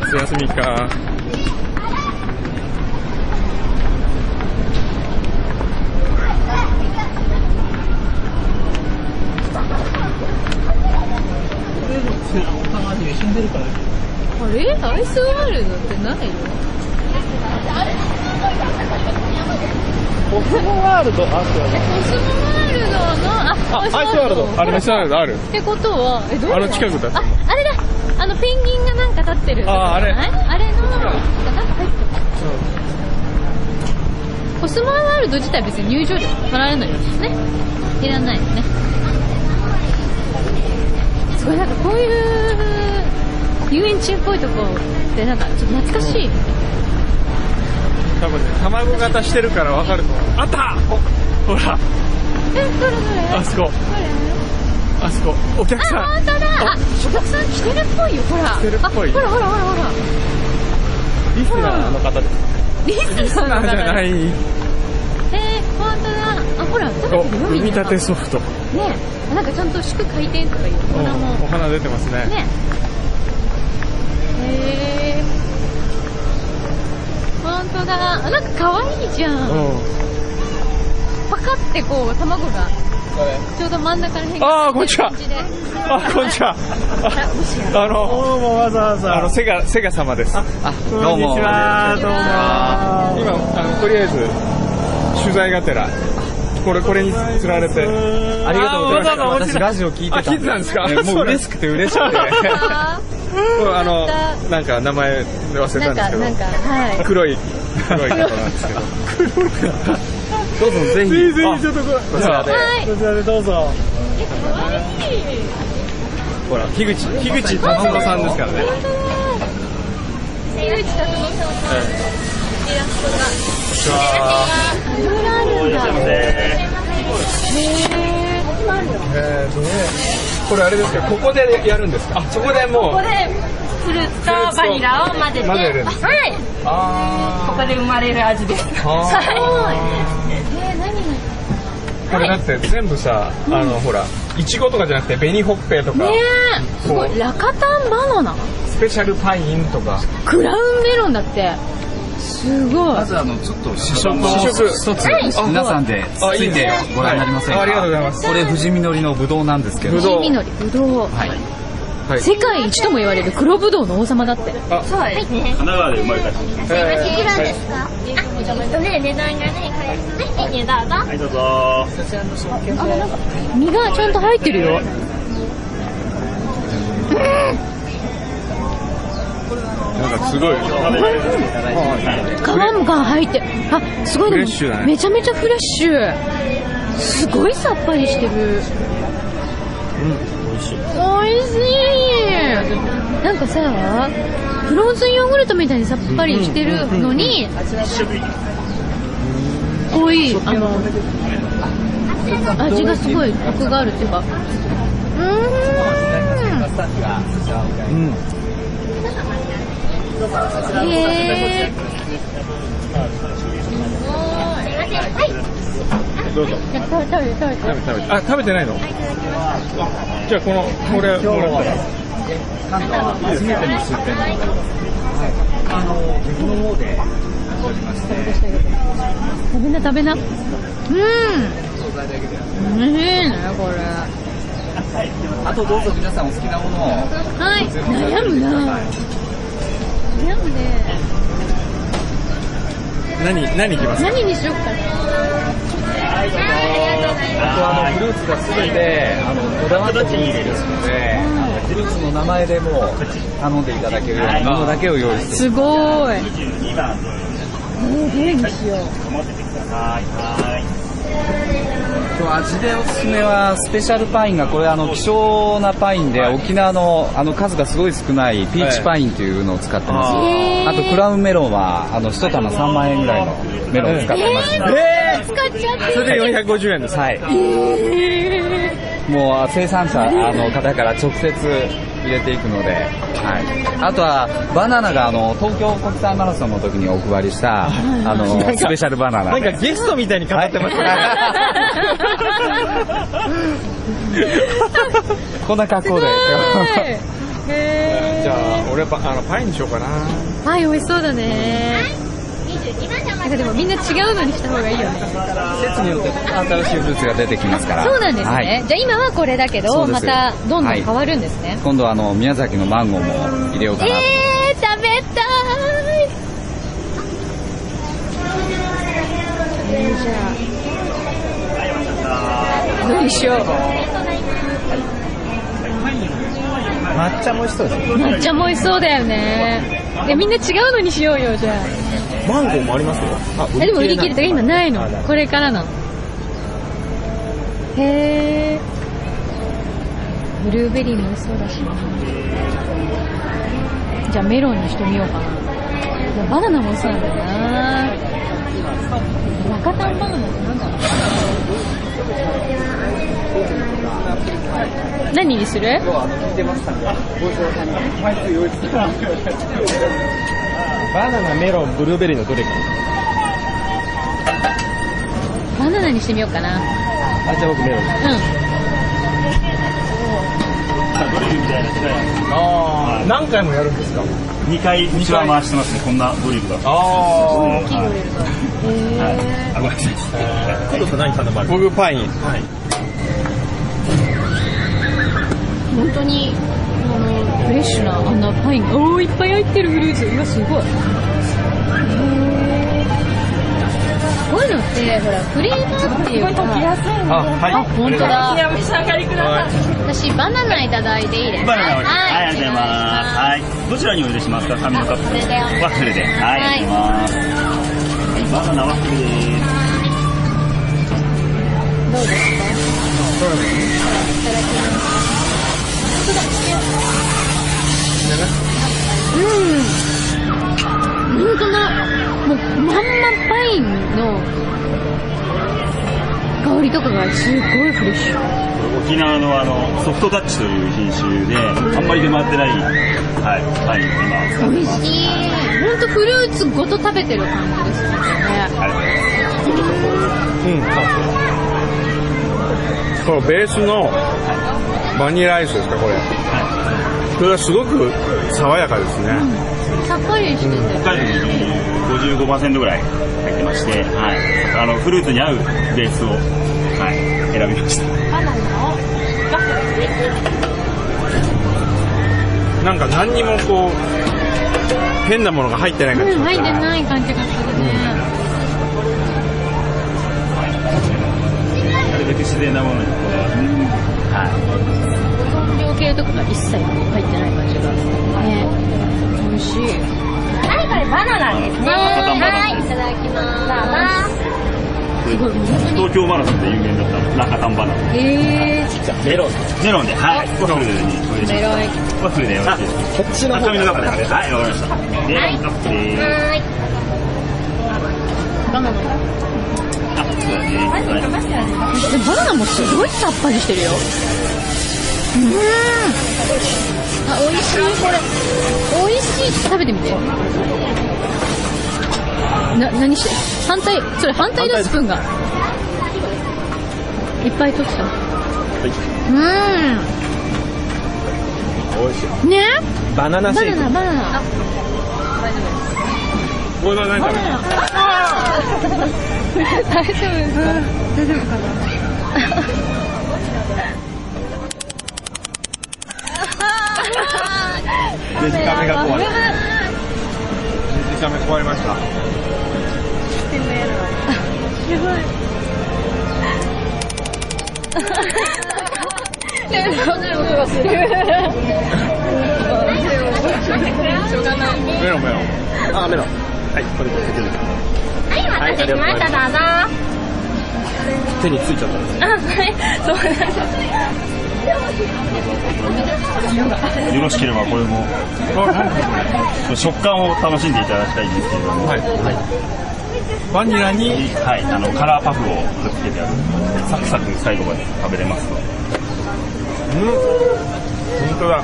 Speaker 2: 夏休みか
Speaker 3: あれアイスワールドってないよ
Speaker 2: コスモワールドあ
Speaker 3: えコスモワールドのあ
Speaker 2: アイスワールドありましたあるある
Speaker 3: ってことはえどういう
Speaker 2: あの近くだ
Speaker 3: ああれだあのペンギンがなんか立ってる
Speaker 2: ああれ
Speaker 3: ないあれのなんか入ってたコスモワールド自体別に入場料取られないですねいらないよねすごいなんかこういう遊園地っぽいとこってなんかちょっと懐かしい、
Speaker 2: 多分ね卵型してるからわかると思うあったおほら
Speaker 3: えどれどれ
Speaker 2: あそこ
Speaker 3: これ
Speaker 2: あそこお客さん
Speaker 3: あ、本当だ。あ、お客さん来てるっぽいよ。ほら。
Speaker 2: 来てるっぽい
Speaker 3: あほらほらほらほら。
Speaker 2: リスナーの方です
Speaker 3: リス
Speaker 2: リス
Speaker 3: ナ
Speaker 2: ナ
Speaker 3: ー。
Speaker 2: ーじゃないい
Speaker 3: えー、本当だ。あ、ほら、食べ
Speaker 2: お
Speaker 3: てるよ。
Speaker 2: 産
Speaker 3: みん
Speaker 2: み
Speaker 3: な
Speaker 2: たてソフト
Speaker 3: ねえなんかちゃんと祝回転とかいう
Speaker 2: お
Speaker 3: 大人も。
Speaker 2: お花出てますね
Speaker 3: ねえ。へえ。本当だ。あなんか可愛いじゃ。
Speaker 2: うんん
Speaker 3: パカってこう、卵が。ちょうど真ん中らへん
Speaker 2: あーこんにちはあこんにちは
Speaker 3: あ、もしや。
Speaker 2: あの
Speaker 6: どうもわざわざ。
Speaker 2: あのセガセガ様です
Speaker 6: どうも。こんにちは。どうも。
Speaker 2: 今あのとりあえず取材がてらこれこれにつられて
Speaker 6: ありがとうございます。
Speaker 2: あわざわざ
Speaker 6: 私ラジオ聞いてた
Speaker 2: あ聞いてたんですか
Speaker 6: えもう嬉しくて嬉しくて。
Speaker 3: あ
Speaker 2: <laughs> あのなんか名前忘
Speaker 3: ーな
Speaker 2: れ
Speaker 3: ん
Speaker 2: た
Speaker 3: か、
Speaker 2: んで
Speaker 3: な
Speaker 2: す
Speaker 3: ん
Speaker 2: け
Speaker 3: か、はい
Speaker 2: ど。黒い黒い方なんですけど
Speaker 6: どうぞぜひ。
Speaker 2: ぜひぜ
Speaker 6: あ
Speaker 2: ひちょっとこれ
Speaker 6: こちらで。
Speaker 3: はい。
Speaker 6: こちらでどうぞ。
Speaker 3: 可愛い。
Speaker 6: ほら、樋口、樋口達郎さんですからね。
Speaker 3: 井口達郎さんイラストが。いろいろあるんだ。へー
Speaker 2: えーとねこれあれですけどここでやるんですかあそこでも
Speaker 7: ここ
Speaker 2: う
Speaker 7: でフルーツとバニラを混ぜて
Speaker 2: 混ぜるんです
Speaker 7: はい
Speaker 2: あ
Speaker 7: ここで生まれる味です
Speaker 2: ーあ
Speaker 7: は
Speaker 2: ーこれだって全部さあのほらいちごとかじゃなくて紅ほっぺとか
Speaker 3: ねえすごいラカタンバナナ
Speaker 2: スペシャルパインとか
Speaker 3: クラウンメロンだってすごい
Speaker 8: まずあのちょっと試食を
Speaker 2: 試食
Speaker 8: 一つ皆さんでつついてご覧になりませんか、
Speaker 2: はいありがとうございます
Speaker 8: これ富士みのりのぶどうなんですけど
Speaker 2: ぶどう
Speaker 3: 黄緑ぶどう
Speaker 8: はい
Speaker 2: はい
Speaker 3: 世界一とも言われる黒ぶどうの王様だって
Speaker 2: あ
Speaker 7: いそうですね
Speaker 2: 神奈川で生まれた
Speaker 1: いくらですかあ、えっとね、値段がね、これ。はい、値段が。
Speaker 2: はいどうぞ
Speaker 3: 実がちゃんと入ってるよ
Speaker 2: なんかすごい
Speaker 3: 皮もが入ってあすごいで
Speaker 2: フレッシュだ
Speaker 3: も
Speaker 2: ね
Speaker 3: めちゃめちゃフレッシュすごいさっぱりしてるうん美味しい美味しいなんかさフローズンヨーグルトみたいにさっぱりしてるのに濃いあの味がすごいコクがあるっていうかうーんへえ食べ食べ食べ
Speaker 2: どうぞ食べて食べてあ食べてないのあじゃあこのこれもらったら
Speaker 8: なんか初めての出店なので、あの岐阜の方でおりまして
Speaker 3: 食べな食べなうん美味しいねこれ
Speaker 9: あとどうぞ皆さんお好きなものを。
Speaker 3: はい。悩むな悩むね。
Speaker 5: 何、何いきますか
Speaker 3: 何にしよっかな。
Speaker 9: あとあのフルーツがすべてあのこだわったチーズですので、あのフルーツの名前でもう頼んでいただけるようなものだけを用意して。
Speaker 3: すごーい。
Speaker 9: 今日味でおすすめはスペシャルパインがこれあの希少なパインで沖縄のあの数がすごい少ないピーチパインというのを使ってます。
Speaker 3: えー、
Speaker 9: あとクラウンメロンはあの一玉3万円ぐらいのメロンを使ってますので。
Speaker 5: え
Speaker 3: 使っちゃっ
Speaker 5: ー、
Speaker 3: て
Speaker 5: そ
Speaker 3: る。
Speaker 5: れで450円です。
Speaker 9: はい。もう生産者あの方から直接入れていくので、はい。あとはバナナがあの東京国際マラソンの時にお配りしたあのスペシャルバナ
Speaker 5: な
Speaker 9: ナ
Speaker 5: ん
Speaker 9: で
Speaker 5: かゲストみたいに語ってますね。
Speaker 9: <laughs> こんな格好で。
Speaker 5: じゃあ、俺パ、あの、パインにしようかな。
Speaker 3: はい、美味しそうだね。
Speaker 1: 22番様
Speaker 3: なんかでもみんな違うのにした方がいいよね。
Speaker 9: 季節によって新しいフルーツが出てきますから。
Speaker 3: そうなんですね。
Speaker 9: はい。
Speaker 3: じゃあ今はこれだけ
Speaker 9: そ
Speaker 3: ど、
Speaker 9: うで
Speaker 3: ますたどんどん変わるんですね。
Speaker 9: 今度はあの宮崎のマンゴーも入れようかなと。
Speaker 3: えー、食べたい。えー、じゃあ。どうしよう。
Speaker 9: 抹茶も美味しそうですね。
Speaker 3: 抹茶も美味しそうだよね。で、みんな違うのにしようよ、じゃあ。
Speaker 5: マンゴーもありますよ。あ、
Speaker 3: えでも売り切れたから今ないの
Speaker 5: あなる
Speaker 3: これからなのへえブルーベリーも美味しそうだしなじゃあメロンにしてみようかないやバナナも美味しそうなんだよな中田のバナナってなんだろう何にする
Speaker 5: バナナ、メロン、ブルーベリーのどれか。
Speaker 3: バナナにしてみようかな
Speaker 5: あ、じゃあ僕メロン。
Speaker 3: う
Speaker 5: ああ、何回もやるんですか
Speaker 6: 2回道は回してますねこんなドリルが
Speaker 5: あ
Speaker 3: ん大きいの入れるとへえ
Speaker 6: あごめんなさい工藤さん何頼まれ
Speaker 5: あ。僕パイン。
Speaker 3: 本当にあのフレッシュなあんなパインがおおいっぱい入ってるフルーツうわすごいへーこういうのってほらフレーバーっていうか
Speaker 5: あ、はい。
Speaker 3: 本当だ
Speaker 10: お召し上がりください。
Speaker 3: 私バナナいただいていいですか
Speaker 6: バナナをはいありがとう
Speaker 3: お願
Speaker 6: ございますはいどちらにお入れしますか紙のカップ
Speaker 3: ワッフルでお願いします
Speaker 6: ワッフルではいありがとうございますバナナワッフルです
Speaker 3: 本当だもうまんまパインの香りとかがすごいフレッシュ
Speaker 6: 沖縄のあのソフトタッチという品種であんまり出回ってないはいパイン今使って
Speaker 3: 美味
Speaker 6: ます
Speaker 3: しい本当フルーツごと食べてる感じですよね
Speaker 6: ありがとうございます
Speaker 5: うん。このベースのバニラアイスですか、これ。これがすごく爽やかですね。
Speaker 3: さっぱりしてて、
Speaker 6: 北海道の55%ぐらい入ってまして、はい、あのフルーツに合うベースを、はい、選びました
Speaker 5: なんか何にもこう、変なものが入ってない感じ
Speaker 3: う
Speaker 5: し
Speaker 3: ん、
Speaker 5: ま
Speaker 3: 入
Speaker 5: す
Speaker 3: って
Speaker 5: ね。
Speaker 3: ない感じがするね、
Speaker 6: なるべく自然なものにこだわっては
Speaker 3: 香料系とかが一切入ってない感じがね美味しい
Speaker 1: はい、これバナナですね。はい、いただきます。
Speaker 3: すごい本
Speaker 6: い、東京マラソンで有名だった中丹バナナ
Speaker 3: 当にへえ
Speaker 6: メロンメロンではいワッフルでにお入れし
Speaker 3: メロン
Speaker 6: ますワッフルでよろしいですかこっちの方の中ではいわかりましたメロンカップでーす
Speaker 1: はい。
Speaker 3: バナナ
Speaker 6: あそうだねはい
Speaker 3: でバナナもすごいさっぱりしてるようーんあ美味しいこれ美味しい食べてみてな何して反対それ反対だスプーンがいっぱい取ってた <laughs> うーん美味しいね
Speaker 5: バナナ
Speaker 3: バ
Speaker 5: シェイ
Speaker 3: ナ
Speaker 5: ク。
Speaker 3: ナバナナ
Speaker 5: これはなんかね、
Speaker 3: 大丈夫です大丈夫かな
Speaker 11: デジカメが壊れた。デジカメ壊れました。メロメロ。あ、メロ。はい、これで大丈夫です。
Speaker 1: はい、お待たせしました、どうぞ。
Speaker 11: 手についちゃったんです。
Speaker 6: よろしければこれも食感を楽しんでいただきたいんですけれども、
Speaker 11: はい。バニラに、
Speaker 6: はい、あのカラーパフをくっつけてあるサクサク最後まで食べれますので
Speaker 11: うん。本当だ。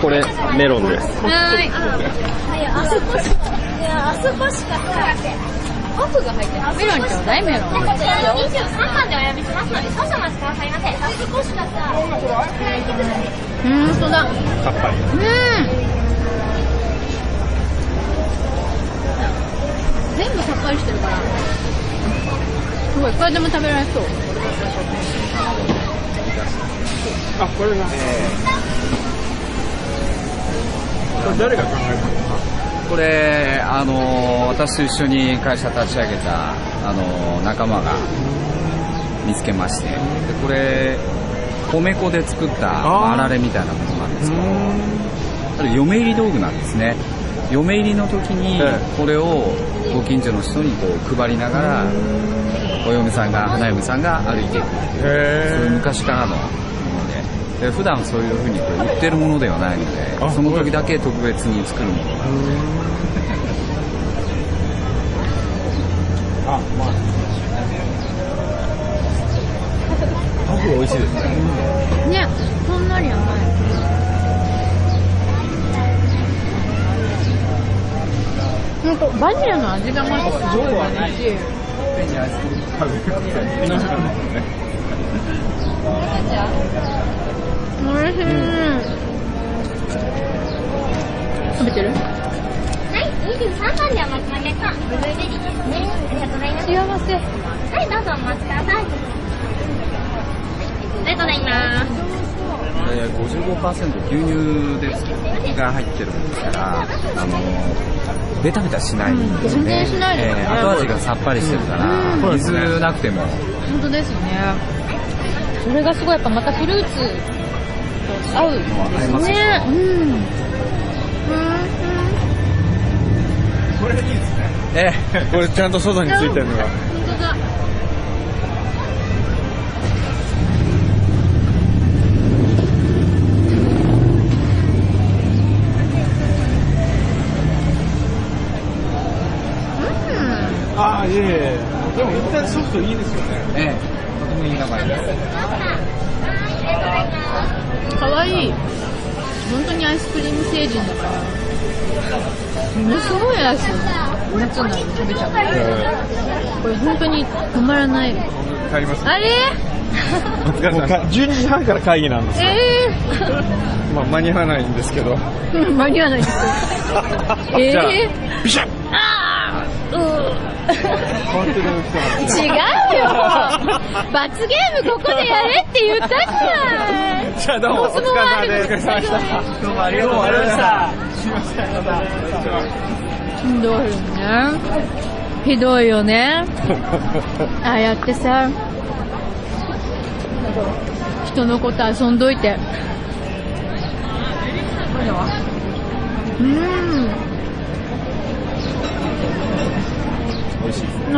Speaker 11: これ、メロンです。
Speaker 3: メロンちょうだい、メロン。うん、そうだ。
Speaker 11: さっぱり。
Speaker 3: 全部さっぱりしてるから。すごい、いくらでも食べられそう。
Speaker 11: あ、これが。これ誰が考えたの
Speaker 9: これ、あの、私と一緒に会社立ち上げた、あの、仲間が見つけまして、でこれ、米粉で作ったまああられみたいなものなんですけど、あれ嫁入り道具なんですね。嫁入りの時に、これをご近所の人にこう配りながら、お嫁さんが、花嫁さんが歩いていくっていう、そういう昔からのもので、で普段そういうふうにこれ売ってるものではないので、その時だけ特別に作るものなんです
Speaker 11: パフ美味しいですね。
Speaker 3: ね、ほんのり甘い。なんかバニラの味がまずすごい美味しい。おいしい。食べてる
Speaker 1: はい、23番でお待ちのお客さん、ブルーベリーですね。ありがとうございます。幸せ。はい、どうぞお待ちください。ありがとうございます。
Speaker 9: えー55%牛乳ですが入ってるんですから、あのーベタベタしないんですよね、
Speaker 3: 全然しないですね
Speaker 9: えー後味がさっぱりしてるから、水なくても
Speaker 3: 本当ですね。それがすごいやっぱまたフルーツと合う
Speaker 9: 合いますよ
Speaker 3: ね。うん。
Speaker 9: え
Speaker 5: これちゃんと外についてるのが。
Speaker 11: ああ、いえいえ。でも一旦ソフトいいですよね。
Speaker 9: えええとてもいい名前です
Speaker 3: かわいい本当にアイスクリーム星人だからものすごいアイスを夏になると食べちゃうこれ本当に止まらない
Speaker 11: 帰ります。
Speaker 3: あれ
Speaker 5: お疲れ様です12時半から会議なんです。
Speaker 3: え
Speaker 5: まあ間に合わないんですけど。
Speaker 3: ー、 <laughs> うん間に合わな
Speaker 5: <laughs>
Speaker 3: いですよえ
Speaker 5: じゃあ
Speaker 3: ー、
Speaker 5: ビシャッ本当に大きさ
Speaker 3: 違うよ罰ゲームここでやれって言ったじゃない
Speaker 5: じゃあどうも、お疲れ様です。
Speaker 3: お疲れ様でした
Speaker 5: どうもありがとうございました。すいません、
Speaker 3: ひどいよねひどいよ
Speaker 9: <laughs>
Speaker 3: ねああやってさ人のこと遊んどいてうんおいしい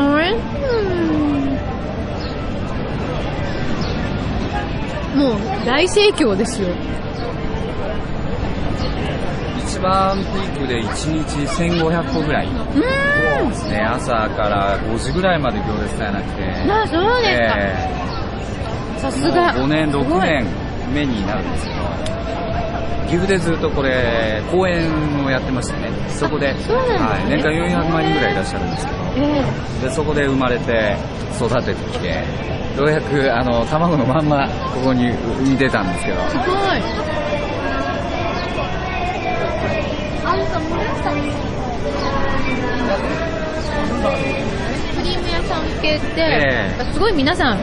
Speaker 3: もう大盛況ですよ
Speaker 9: 一番ピークで1日1500個ぐらいですね朝から5時ぐらいまで行列絶えなくて
Speaker 3: あそうですか、
Speaker 9: え
Speaker 3: さす
Speaker 9: え
Speaker 3: が
Speaker 9: もう5年
Speaker 3: すごい
Speaker 9: 6年目になるんですけど岐阜でずっとこれ公演をやってましてねそこで
Speaker 3: うな
Speaker 9: は
Speaker 3: ん
Speaker 9: い、
Speaker 3: ですね
Speaker 9: 年間400万人ぐらいいらっしゃるんですけど
Speaker 3: え
Speaker 9: でそこで生まれて育ててきてようやくあの卵のまんまここに産み出たんですけど
Speaker 3: すごい。クリーム屋さん系って、
Speaker 9: ええ
Speaker 3: やっぱすごい皆さん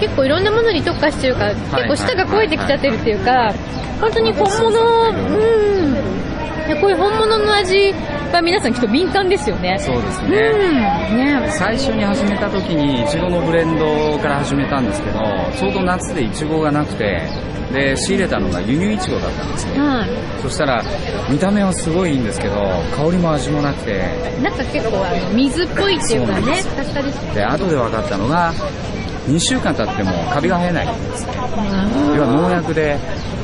Speaker 3: 結構いろんなものに特化してるから結
Speaker 9: はい
Speaker 3: 構舌が肥えてきちゃってるっていうか本当に本物うんいやこういう本物の味は皆さんきっと敏感ですよね
Speaker 9: そうです
Speaker 3: うん
Speaker 9: ね
Speaker 3: ね
Speaker 9: 最初に始めた時にいちごのブレンドから始めたんですけどちょうど夏でいちごがなくてで仕入れたのが輸入いちごだったんですね
Speaker 3: は
Speaker 9: そしたら見た目はすごいいいんですけど香りも味もなくて
Speaker 3: いなんか結構あの水っぽいっていうか
Speaker 9: そうなんで
Speaker 3: ね
Speaker 9: す
Speaker 3: 確かです
Speaker 9: で後で分かったのが2週間経ってもカビが生えない要は農薬で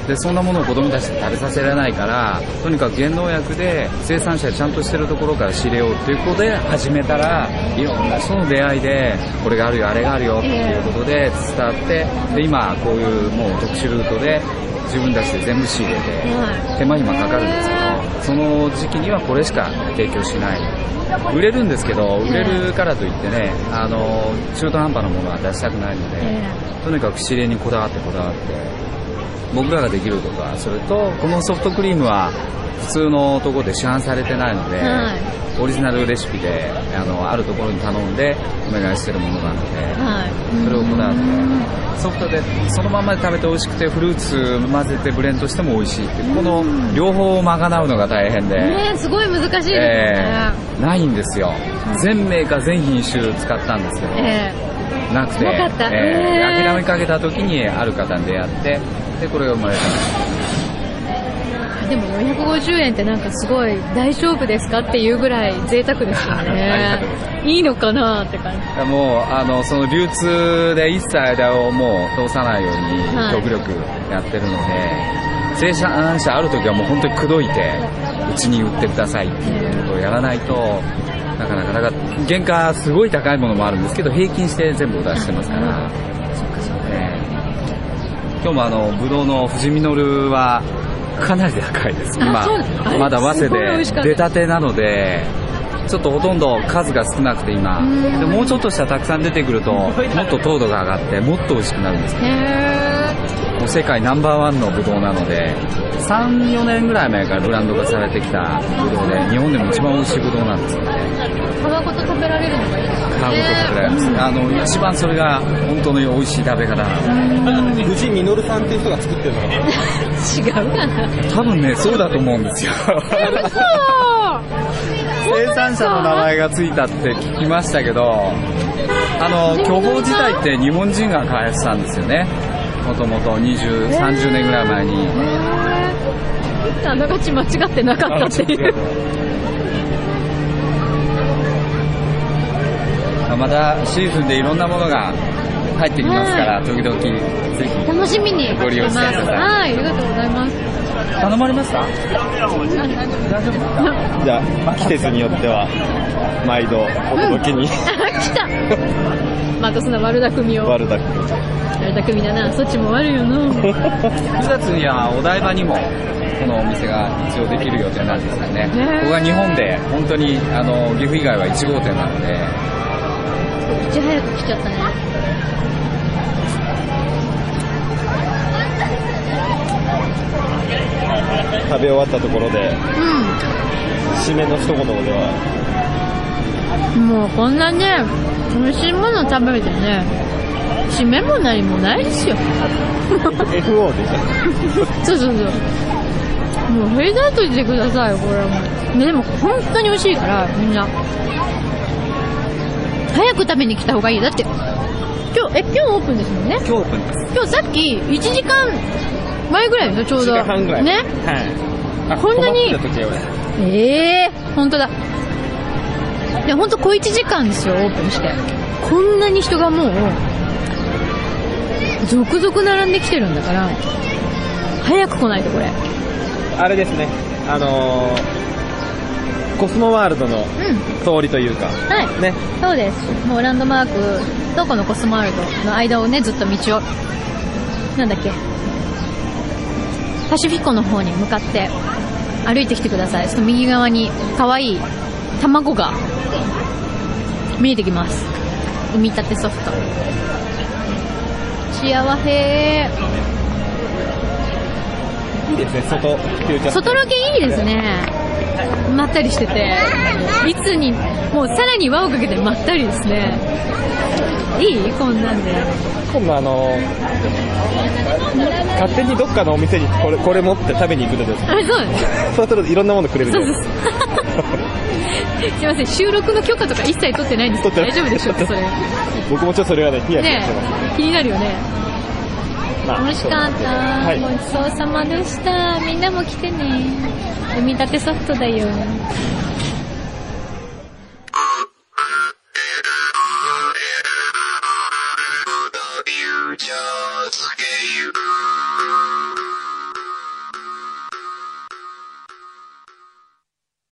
Speaker 9: でそんなものを子供たちに食べさせられないからとにかく原農薬で生産者ちゃんとしてるところから仕入れようっていうことで始めたらいろんな人の出会いでこれがあるよあれがあるよっていうことで伝わってで今こういうもう特殊ルートで自分たちで全部仕入れて手間暇かかるんですけどその時期にはこれしか提供しない売れるんですけど売れるからといってねあの中途半端なものは出したくないので。とにかく仕入れにこだわってこだわって僕らができることはそれとこのソフトクリームは普通のところで市販されてないので、
Speaker 3: は
Speaker 9: オリジナルレシピであのあるところに頼んでお願いしてるものなので、
Speaker 3: はい
Speaker 9: それをこだわってソフトでそのまんまで食べて美味しくてフルーツ混ぜてブレンドしても美味しいってこの両方を賄うのが大変で、
Speaker 3: ねえすごい難しいですね
Speaker 9: えーないんですよ全メーカー全品種使ったんですけど、
Speaker 3: え
Speaker 9: なくて、
Speaker 3: なかった
Speaker 9: えー
Speaker 3: へー
Speaker 9: 諦めかけた時にある方に出会ってでこれが生まれたんです
Speaker 3: えでも450円ってなんかすごい大丈夫ですかっていうぐらい贅沢ですよ
Speaker 9: ありが
Speaker 3: ね
Speaker 9: とうござい
Speaker 3: いいのかなって感じ
Speaker 9: だからもうあのその流通で一切間をもう通さないように
Speaker 3: はい
Speaker 9: 極力やってるので、生産者ある時はもう本当に口説いてうちに売ってくださいっていうことをやらないとなかなかなか原価すごい高いものもあるんですけど平均して全部お出ししてますから。えー今日もあのブドウの富士実はかなり高いです今
Speaker 3: そうですあれ
Speaker 9: まだ早
Speaker 3: すごい美味
Speaker 9: 稲
Speaker 3: しかっ
Speaker 9: で
Speaker 3: た
Speaker 9: 出たてなのでちょっとほとんど数が少なくて今でもうちょっとしたらたくさん出てくるともっと糖度が上がってもっと美味しくなるんですけどもう世界ナンバーワンのブドウなので34年ぐらい前からブランド化されてきたブドウで日本でも一番美味しいブドウなんですよね
Speaker 3: 皮ごと食べられるのがいいです
Speaker 9: 皮ごと食べられますあの一番それが本当に美味しい食べ方なので
Speaker 5: 藤井実さんっていう人が作ってるのかな
Speaker 3: 違うかな
Speaker 9: 多分ね、そうだと思うんですよ。生産者の名前がついたって聞きましたけど、あの、巨峰自体って日本人が開発したんですよね。もともと20、30年ぐらい前に。
Speaker 3: あながち間違ってなかったっていう
Speaker 9: またシーズンでいろんなものが入ってきますから、時々ぜひ。
Speaker 3: <laughs> 楽しみに
Speaker 9: ご利用してください
Speaker 3: はいありがとうございます
Speaker 9: 頼まれますか大丈夫ですか
Speaker 5: じゃあ、季節によっては、毎度、お届けに、
Speaker 3: <laughs> あ来たまたそんな悪だくみを
Speaker 5: ワルダック。
Speaker 3: 悪だくみだなそっちも悪いよ <laughs> な
Speaker 9: 9月にはお台場にもこのお店が一応できる予定なんですよね、
Speaker 3: ね
Speaker 9: ここが日本で本当にあの岐阜以外は1号店なので
Speaker 3: いち早く来ちゃったね
Speaker 5: 食べ終わったところで、締めの一言では、
Speaker 3: うんもうこんなね美味しいもの食べてね締めも何もないですよ
Speaker 5: FO でした。
Speaker 3: そうそうそう。もうフェードアウトしてくださいよ、これはもう。ね、でも本当に美味しいから、みんな。早く食べに来た方がいいよ。だって、今日、え、今日オープンですもんね。
Speaker 9: 今日オープンです
Speaker 3: 今日さっき、1時間前ぐらいでしょ、ちょうど。
Speaker 5: 1時間半ぐらい
Speaker 3: ね。
Speaker 5: はい。
Speaker 3: こんなに
Speaker 5: 困ってた時は
Speaker 3: ええー、本当だ。いや、本当小1時間ですよ、オープンして。こんなに人がもう、続々並んできてるんだから、早く来ないと、これ。
Speaker 5: あれですね、あのーコスモワールドの
Speaker 3: うん。
Speaker 5: 通りというか、
Speaker 3: はい。
Speaker 5: ね、
Speaker 3: そうです。もうランドマークとこのコスモワールドの間をね、ずっと道を、なんだっけ。パシフィコの方に向かって歩いてきてください。その右側に可愛い卵が見えてきます。産みたてソフト。幸せ
Speaker 12: いいですね、外、
Speaker 3: 外ロケいいですね。まったりしてて。いつに、もうさらに輪をかけてまったりですね。いいこんなんで。
Speaker 2: 今度あの勝手にどっかのお店にこれこれ持って食べに行くのです
Speaker 3: あ、そう <laughs> です。
Speaker 2: そうするといろんなものくれるんです
Speaker 3: すいません、収録の許可とか一切取ってないんですけど、
Speaker 2: 取
Speaker 3: 大
Speaker 2: って
Speaker 3: 丈夫
Speaker 2: ない
Speaker 3: でしょうか、それ。ね
Speaker 2: 僕もちょっとそれはねヒヤヒヤしてます、
Speaker 3: え気になるよね。
Speaker 2: まあ
Speaker 3: 楽しかった、
Speaker 2: はい
Speaker 3: ごちそうさまでした。みんなも来てね。産みたてソフトだよ。
Speaker 13: Future